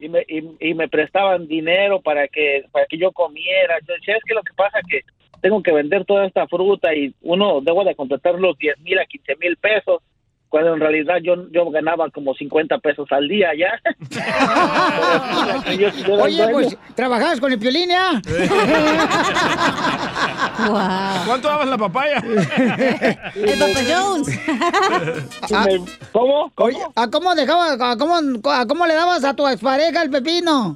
y me, y, y me prestaban dinero para que, para que yo comiera. Yo decía, es que lo que pasa que tengo que vender toda esta fruta y uno debo de contratar los 10 mil a 15 mil pesos, cuando en realidad yo, yo ganaba como 50 pesos al día ya. Yo- yo era el Oye, dueño. pues, ¿trabajabas con el piolín ya? ¿Cuánto dabas la papaya? El Papa Jones. ¿Cómo? Ah. Oye, ¿a cómo dejabas, a cómo, a cómo le dabas a tu expareja el pepino?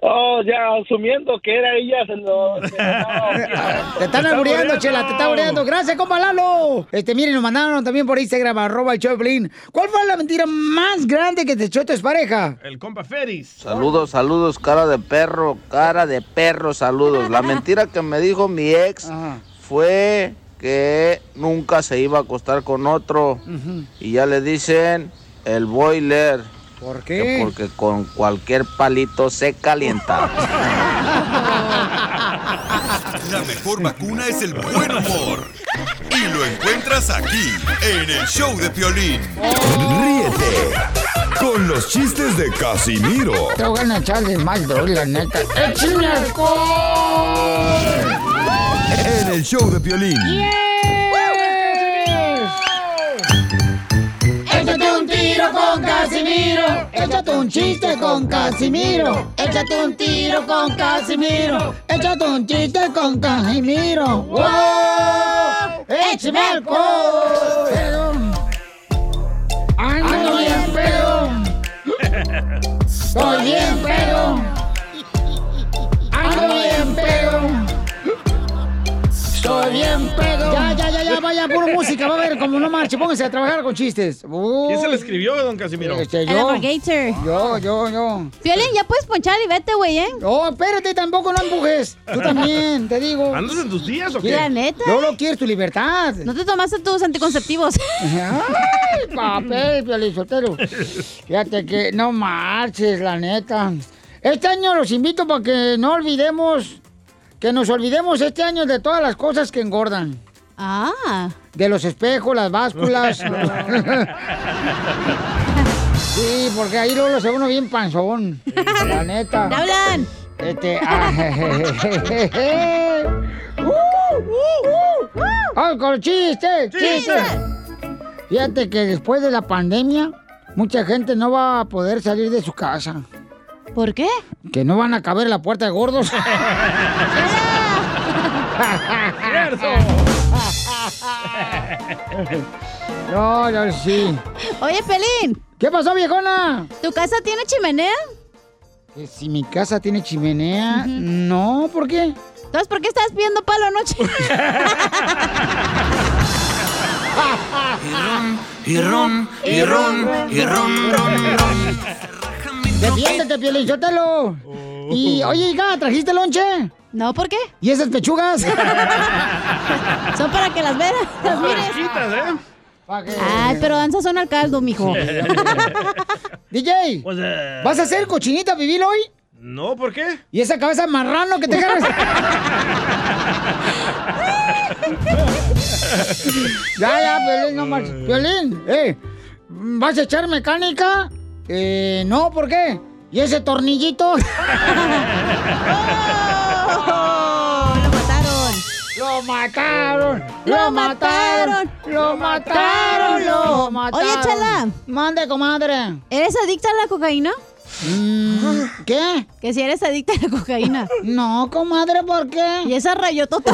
Oh, ya asumiendo que era ella, se lo... se lo daba. Te están albureando, chela, te están albureando. Gracias, compa Lalo. Este, miren, nos mandaron también por Instagram, arroba el Choplin. ¿Cuál fue la mentira más grande que te echó tu expareja? El compa Feris. Saludos, saludos, cara de perro, cara de perro, saludos. La mentira que me dijo mi ex fue que nunca se iba a acostar con otro. Y ya le dicen el boiler. ¿Por Que Porque con cualquier palito se calienta. La mejor vacuna es el buen humor. Y lo encuentras aquí, en el show de Piolín. Ríete con los chistes de Casimiro Te voy a echarle más droga, la neta. ¡Échame alcohol! en el show de Piolín. Échate un tiro con Casimiro. Échate un chiste con Casimiro. Échate un tiro con Casimiro. Échate un chiste con Casimiro. ¡Wow! ¡Échame alcohol! Ando bien pedo. Estoy bien pedo. Ando bien pedo. Estoy bien pedo. Ya, ya, ya, ya, vaya, pura música. Va a ver, como no marche, pónganse a trabajar con chistes. ¿Quién se lo escribió, don Casimiro? Este, El yo. alligator. Yo, yo, yo. Piolín, ya puedes ponchar y vete, güey, ¿eh? No, Oh, espérate, tampoco no empujes. Tú también, te digo. ¿Andas en tus días o Sí, qué? la neta. Yo no quiero tu libertad. No te tomaste tus anticonceptivos. Ay, papel, piolizotero. Fíjate que no marches, la neta. Este año los invito para que no olvidemos, que nos olvidemos este año de todas las cosas que engordan. Ah. De los espejos, las básculas. sí, porque ahí luego lo se uno bien panzón. La neta. hablan? Este. ah, ¡Uh, uh, uh! ¡Vamos con los chistes! ¡Chistes! Fíjate que después de la pandemia, mucha gente no va a poder salir de su casa. ¿Por qué? Que no van a caber en la puerta de gordos. No, no, sí. Oye, Pelín. ¿Qué pasó, viejona? ¿Tu casa tiene chimenea? Que Si mi casa tiene chimenea, no, ¿por qué? Entonces, ¿por qué estás pidiendo palo anoche? Y ron, y ron, y ron, ron, ron. Defiéndete, Pielichotelo. Y, oye, hija, ¿trajiste lonche? Oh. No, ¿por qué? ¿Y esas pechugas? Son para que las veas, las mires. Ay, pero danzas son al caldo, mijo. DJ, ¿vas a hacer cochinita vivir hoy? No, ¿por qué? ¿Y esa cabeza de marrano que te cargas? ya, ya, Piolín, no marches. Piolín, eh, ¿vas a echar mecánica? Eh, no, ¿por qué? ¿Y ese tornillito? ¡Oh! ¡Lo mataron! ¡Lo ¡Lo mataron! mataron! ¡Lo mataron! ¡Lo mataron! Oye, Chala. Mande, comadre. Mm, ¿Eres adicta a la cocaína? ¿Qué? Que si eres adicta a la cocaína. No, comadre, ¿por qué? Y esa rayotota.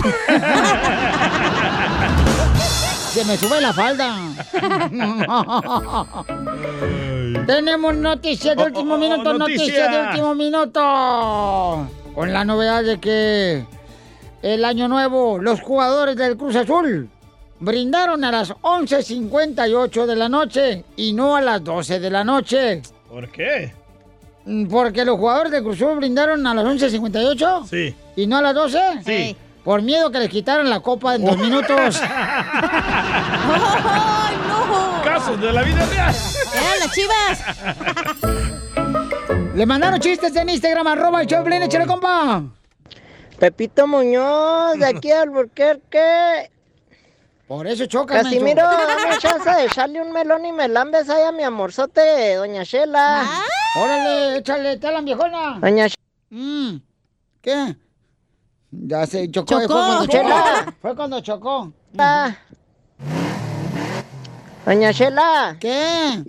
Se me sube la falda. Tenemos noticias Oh, de último minuto, noticias noticia. de último minuto. Con la novedad de que el año nuevo, los jugadores del Cruz Azul brindaron a las 11.58 de la noche y no a las 12 de la noche. ¿Por qué? Mm, Porque los jugadores del Cruz Azul brindaron a las 11.58 Sí. y no a las 12. Sí. Oh. Por miedo que les quitaran la copa en dos minutos. ¡Ay, no! ¡Casos Pues de la vida real! ¡Eran las chivas! Le mandaron chistes en Instagram, arroba el Choplin, échale compa. Pepito Muñoz, de aquí al Burquerque. Por eso choca, Casimiro, dame chance de echarle un melón y me lambes ahí a mi amorzote, doña Shela. Ah. Órale, échale, te la viejona. Doña Sh- Mm, ¿Qué? Ya se chocó. Chocó. Fue cuando chocó. Chela. Fue cuando chocó. Ah. Doña Shela. ¿Qué?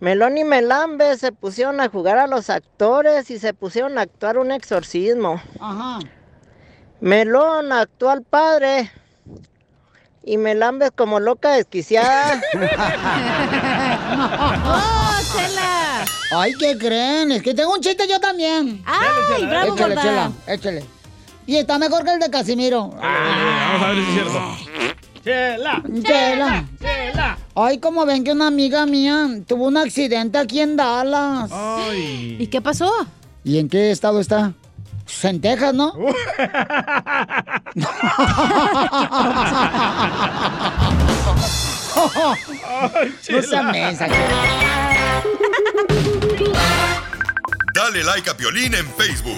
Melón y Melambe se pusieron a jugar a los actores y se pusieron a actuar un exorcismo. Ajá. Melón actuó al padre y Melambe como loca desquiciada. ¡Oh, Chela! Ay, ¿qué creen? Es que tengo un chiste yo también. ¡Ay, bravo, échale, gorda! Chela, échale. Y está mejor que el de Casimiro. Vamos a ver si es cierto. Chela. Chela. Ay, como ven que una amiga mía tuvo un accidente aquí en Dallas. Ay. ¿Y qué pasó? ¿Y en qué estado está? Pues en Texas, ¿no? Ay, No sea mensa, Chela. Dale like a Piolín en Facebook.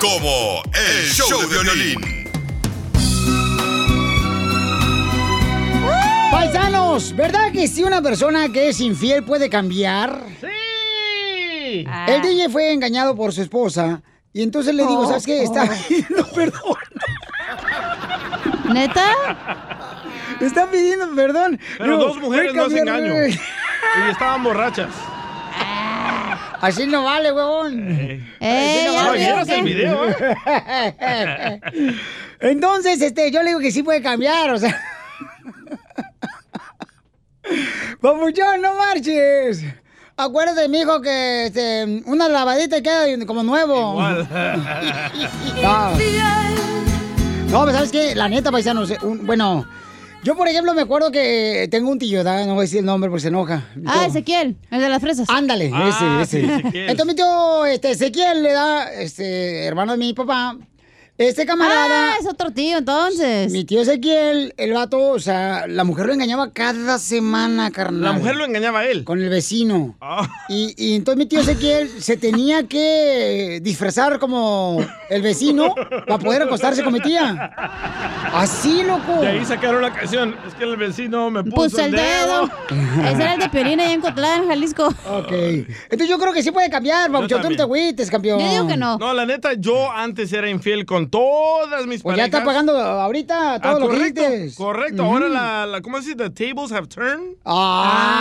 Como El, Show, de Violín. Paisanos, ¿verdad que si una persona que es infiel puede cambiar? ¡Sí! El DJ fue engañado por su esposa y entonces le digo, Oh, ¿sabes qué? Está oh. pidiendo perdón. ¿Neta? Está pidiendo perdón. Pero Digo, dos mujeres fue no se cambiar- engaño. Y estaban borrachas. Así no vale, huevón. Eh, ya vale. Ay, vieras el video, eh? Entonces, este, yo le digo que sí puede cambiar, o sea. Papuchón, no marches. Acuérdate, mijo, que este, una lavadita y queda como nuevo. No. No, pero ¿sabes qué? La neta, paisanos, eh, un- bueno, yo por ejemplo me acuerdo que tengo un tío, ¿da? no voy a decir el nombre porque se enoja. Ah, Ezequiel, el de las fresas. Ándale, Ah, ese, sí, ese. Ezequiel. Entonces mi tío, este, Ezequiel le da, este, hermano de mi papá, este camarada. Ah, es otro tío entonces. Mi tío Ezequiel, el vato, o sea, la mujer lo engañaba cada semana, carnal. La mujer lo engañaba a él. Con el vecino. Y, y entonces mi tío Ezequiel se tenía que disfrazar como el vecino para poder acostarse con mi tía. Así, loco. De ahí sacaron la canción. Es que el vecino me puso, Puso el dedo. Ese era el de Piolín allá en Cotlán, Jalisco. Ok. Entonces yo creo que sí puede cambiar, Papuchón. Tú no te también. agüites, campeón. No, la neta, yo antes era infiel con todas mis Pues ya parejas. está pagando ahorita todo Ah, lo correcto, que dijiste. correcto. Ujú. Ahora la, la- ¿cómo se dice? The tables have turned.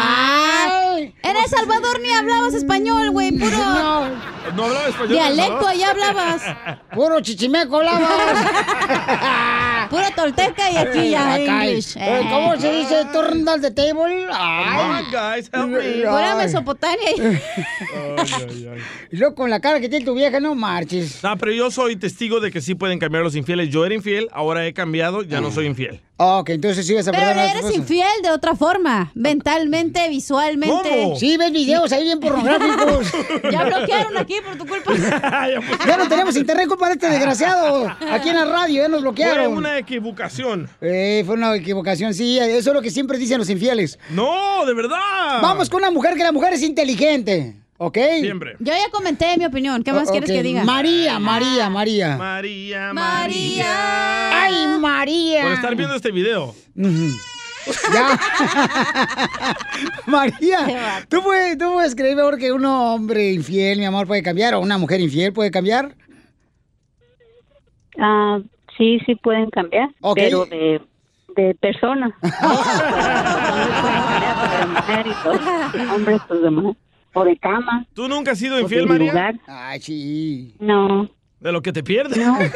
¡Ay! En El Salvador ni hablabas español, güey, puro. No hablaba español. Dialecto, Pues ¿no? allá hablabas. Puro chichimeco hablabas. Puro tolteca y aquí ya Acá hay. English. Eh, ¿Cómo se dice? Turn down the table. Ay. Come on, guys, help me. Pura Ay. Mesopotamia. Y luego con la cara que tiene tu vieja, no marches. No, pero yo soy testigo de que sí pueden cambiar los infieles. Yo era infiel, ahora he cambiado, ya no soy infiel. Ah, ok, entonces sí vas a Pero perdonar a le tu eres esposa. infiel de otra forma. Mentalmente, visualmente. ¿Cómo? Sí, ves videos ahí bien pornográficos. ya bloquearon aquí por tu culpa. Ya pues. no tenemos internet, compadre, este desgraciado. Aquí en la radio, ya nos Fue bloquearon. una equivocación. Eh, fue una equivocación, sí, eso es lo que siempre dicen los infieles. No, de verdad. Vamos con una mujer, que la mujer es inteligente, ¿ok? Siempre. Yo ya comenté mi opinión, ¿qué más quieres que diga? Oh, María, María, María. María, María. Ah. Ay, María. Por estar viendo este video. Ya. María, ¿tú puedes, ¿tú puedes creer mejor que un hombre infiel, mi amor, puede cambiar? ¿O una mujer infiel puede cambiar? Ah, sí, sí pueden cambiar, Ok. pero de, de persona. ¿Ah, Hombres, pues de mujer. O de cama. ¿Tú nunca has sido o infiel, de María? lugar. Ay, sí. No. De lo que te pierdes.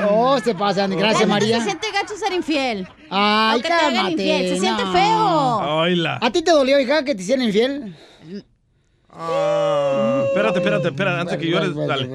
No, se pasan. Gracias, La neta María. Se siente gacho ser infiel. Ay, Aunque te hagan cálmate, infiel, Se siente no. feo. ¿A ti te dolió, hija, que te hicieran infiel? Ah, espérate, espérate, espérate, antes que llores, dale.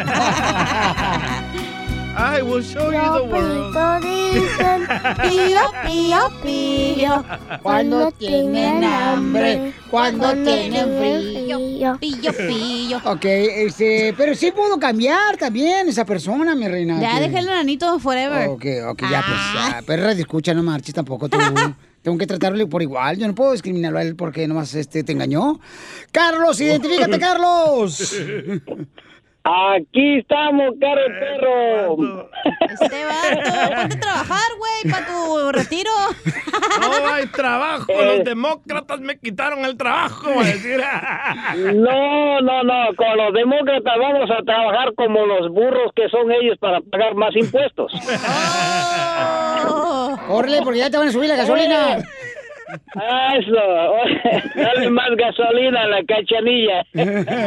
I will show you the world. dicen, pío, pío, pío, cuando tienen hambre, cuando tienen frío. Pillo, pillo. Ok, este, pero sí puedo cambiar también esa persona, mi reina. Ya, que- deja el enanito forever. Ok, ok, ya, pues, ya, perra, escucha, no marches tampoco tú. Tengo que tratarle por igual, yo no puedo discriminarlo a él porque nomás este, te engañó. Carlos, identifícate, Carlos. Aquí estamos, caro Eh, perro. Este vato, ponte a trabajar, güey, para tu retiro. No hay trabajo. Eh. Los demócratas me quitaron el trabajo. va a decir. No, no, no, con los demócratas vamos a trabajar como los burros que son ellos para pagar más impuestos. Corre, porque ya te van a subir la gasolina. Ah, Eso, dale más gasolina a la cachanilla.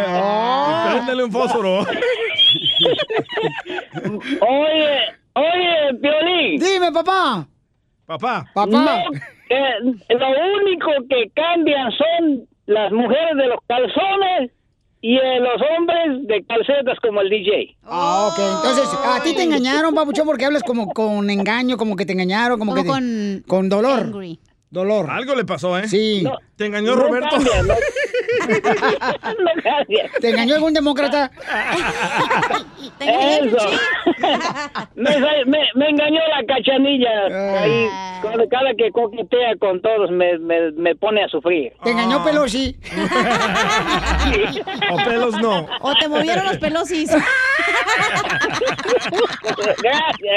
Ah. Préndele un fósforo. Oye, oye, Piolín. Dime, papá. Papá. No, eh, lo único que cambian son las mujeres de los calzones y eh, los hombres de calcetas como el DJ. Oh, Ah, ok. Entonces, a ti te engañaron, papuchón, porque hablas como con engaño, como que te engañaron, como, que te- con dolor. Dolor. Algo le pasó, ¿eh? Sí. ¿Te engañó Roberto? ¿Te engañó algún demócrata? Eso. me, sa- me- me engañó la cachanilla. Ah. Ahí, cada, cada que coquetea con todos me, me- me pone a sufrir. ¿Te engañó Pelosi? O Ah, pelos no. O te movieron los pelosis. gracias,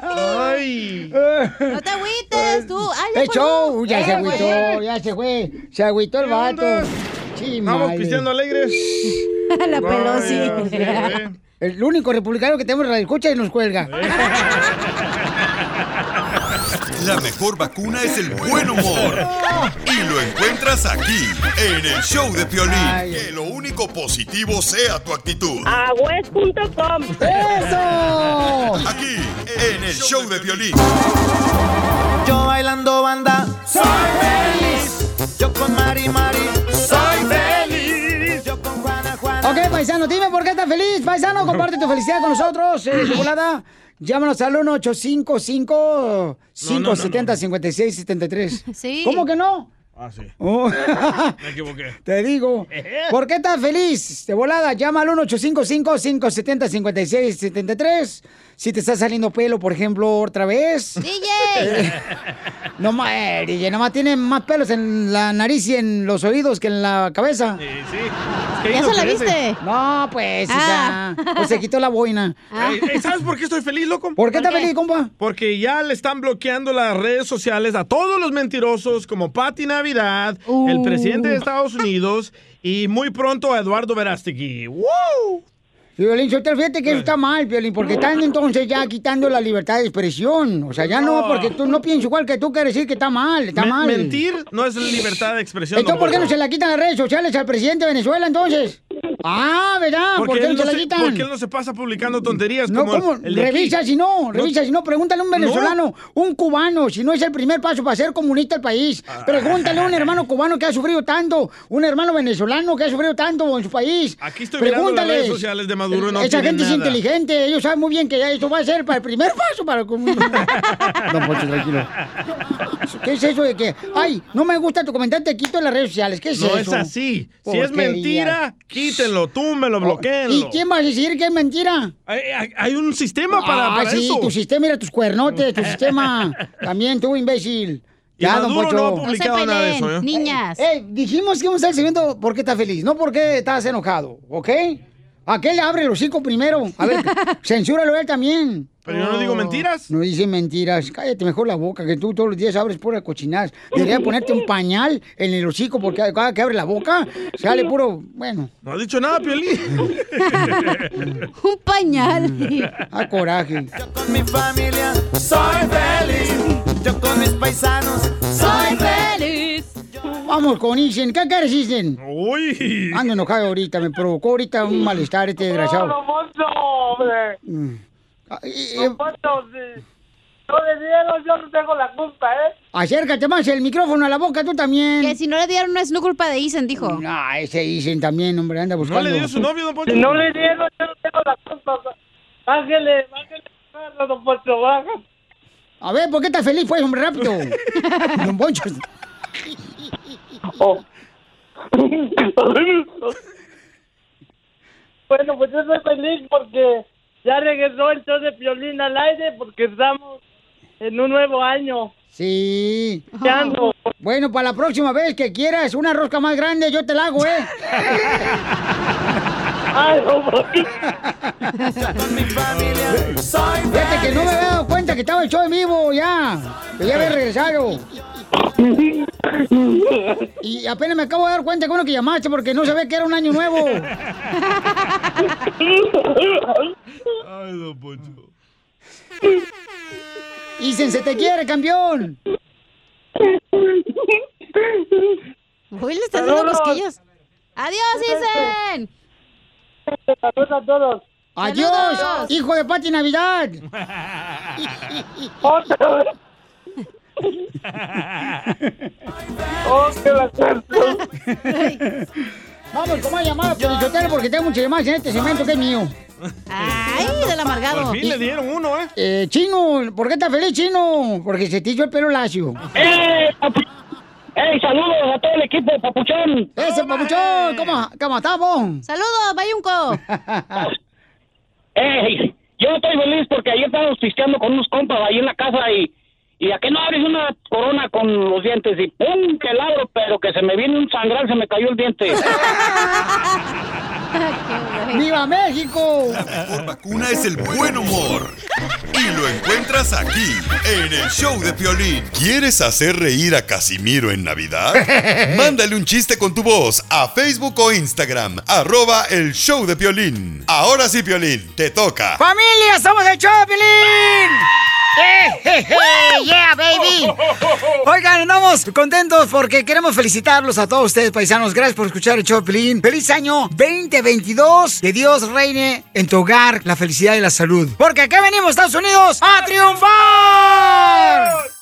Ay. No te agüites, tú. Ay, Ah, ya ¡Echó! colgó. Ya se Eh, agüitó, güey. ya se fue. Se agüitó el vato. Sí, Vamos madre. pisteando alegres. La Pelosi. El único republicano que tenemos la escucha y nos cuelga. La mejor vacuna es el buen humor. Y lo encuentras aquí, en el show de Piolín. Que lo único positivo sea tu actitud. Agüez.com. ¡Eso! Aquí, en el show de Piolín. Yo bailando banda soy feliz. Yo con Mari Mari soy feliz. Yo con Juana Juana. Ok, paisano, dime por qué estás feliz. Paisano, comparte tu felicidad con nosotros. Eh, chocolada. Llámanos al 855 570 5673 Sí. ¿Cómo que no? Ah, sí. Oh. Me equivoqué. Te digo, ¿por qué estás feliz? De volada, llama al 1-855-570-5673. Si te está saliendo pelo, por ejemplo, otra vez. DJ. no más, eh, DJ, nomás tiene más pelos en la nariz y en los oídos que en la cabeza. Sí, sí. Es que Eh, ahí ¿Ya no se la crece. No, pues, hija. Ah. Pues se quitó la boina. Ey, ey, eh, ¿Sabes por qué estoy feliz, loco? Ah. ¿Por qué estás feliz, compa? Porque ya le están bloqueando las redes sociales a todos los mentirosos como Patti Navidad, Uh. el presidente de Estados Unidos y muy pronto a Eduardo Verástegui. ¡Wow! Violín, Sotelo, fíjate que eso está mal, Violín, porque están entonces ya quitando la libertad de expresión. O sea, ya no, No. porque tú no piensas igual que tú, quiere decir que está mal, está Me- mal. Mentir no es libertad de expresión. Entonces, don ¿por qué no Poncho. se la quitan las redes sociales al presidente de Venezuela entonces? Ah, ¿verdad? ¿Por Porque qué él no se la se- quitan? porque él no se pasa publicando tonterías No, como ¿cómo? el de aquí. Revisa si no, revisa si no. Pregúntale a un venezolano, un cubano, si no es el primer paso para ser comunista el país. Ah. Pregúntale a un hermano cubano que ha sufrido tanto, un hermano venezolano que ha sufrido tanto en su país. Aquí estoy mirando las redes sociales de Maduro y no Esa tiene gente es nada. inteligente, ellos saben muy bien que eso va a ser para el primer paso para el comunismo. Don Poncho, tranquilo. ¿Qué es eso de que, ay, no me gusta tu comentario, te quito en las redes sociales? ¿Qué es No es eso? así. Si es Porquería. mentira, quítenlo, túmbenlo, bloqueenlo. Oh, ¿Y quién va a decir que es mentira? Hay, hay- hay un sistema para, ah, para sí, eso. tu sistema, mira tus cuernotes, tu sistema. También tú, imbécil. Y Maduro no ha publicado No se nada de peleen, eso, ¿eh? niñas. dijimos que íbamos a estar siguiendo por qué estás feliz, no por qué estás enojado, ¿ok? Aquel abre el hocico primero. A ver, censúralo él también. Pero yo no digo mentiras. No dice mentiras. Cállate mejor la boca, que tú todos los días abres pura cochinada. Debería ponerte un pañal en el hocico porque cada que abre la boca sale puro, bueno. No ha dicho nada, Piolín. Un pañal. A ah, coraje. Con mi familia soy feliz. Yo con mis paisanos soy feliz. Vamos con Isen. ¿Qué quieres, Isen? Uy. Ando enojado ahorita. Me provocó ahorita un malestar este desgraciado. hombre. Mm. eh. Don Poncho, si- no le dieron, yo no tengo la culpa, ¿eh? Acércate más el micrófono a la boca, tú también. Que si no le dieron no es no culpa de Isen, dijo. Ah, ese Isen también, hombre. Anda buscando. Si no le dieron, yo no tengo la culpa. Bájale, bájale, bájale, don Poncho, baja. A ver, ¿por qué estás feliz, pues, hombre? Rápido. Don Poncho. Oh. Bueno, pues yo estoy feliz porque ya regresó el show de Piolín al aire porque estamos en un nuevo año. Sí. Ya ando. Bueno, para la próxima vez que quieras una rosca más grande, yo te la hago, ¿eh? Fíjate que no me había dado cuenta que estaba el show en vivo ya. Que ya había regresado. Y apenas me acabo de dar cuenta que uno que llamaste porque no sabía que era un año nuevo. Ay, don Poncho. Y se se te quiere, campeón. Uy, le estás dando Saludos. cosquillas. ¡Adiós, Isen! Saludos a todos. Adiós, Saludos. hijo de Pati Navidad. Otra vez. Oh, qué la Vamos, ¿cómo llamada? Pelichotero, porque tengo muchas llamadas en este segmento que es mío. ¡Ay, del amargado! Por fin le dieron uno, ¿eh? Eh, chino, ¿por qué estás feliz, chino? Porque se te hizo el pelo lacio. ¡Ey, saludos a todo el equipo, Papuchón! ¡Ese Papuchón! ¿Cómo, cómo estamos? ¡Saludos, Bayunco! ¡Ey! Yo estoy feliz porque ayer estábamos pisteando con unos compas ahí en la casa y... Y a que no abres una corona con los dientes y ¡pum! que labro, pero que se me viene un sangrar, se me cayó el diente. ¡Viva México! Una es el buen humor. Y lo encuentras aquí, en el show de Piolín. ¿Quieres hacer reír a Casimiro en Navidad? Mándale un chiste con tu voz a Facebook o Instagram, arroba el show de Piolín. Ahora sí, Piolín, te toca. ¡Familia, somos el show de Piolín! ¡Eh, je, je! ¡Yeah, baby! Oigan, andamos contentos porque queremos felicitarlos a todos ustedes, paisanos. Gracias por escuchar el Choplin. ¡Feliz año 2022! Que Dios reine en tu hogar la felicidad y la salud. Porque acá venimos, Estados Unidos, a triunfar.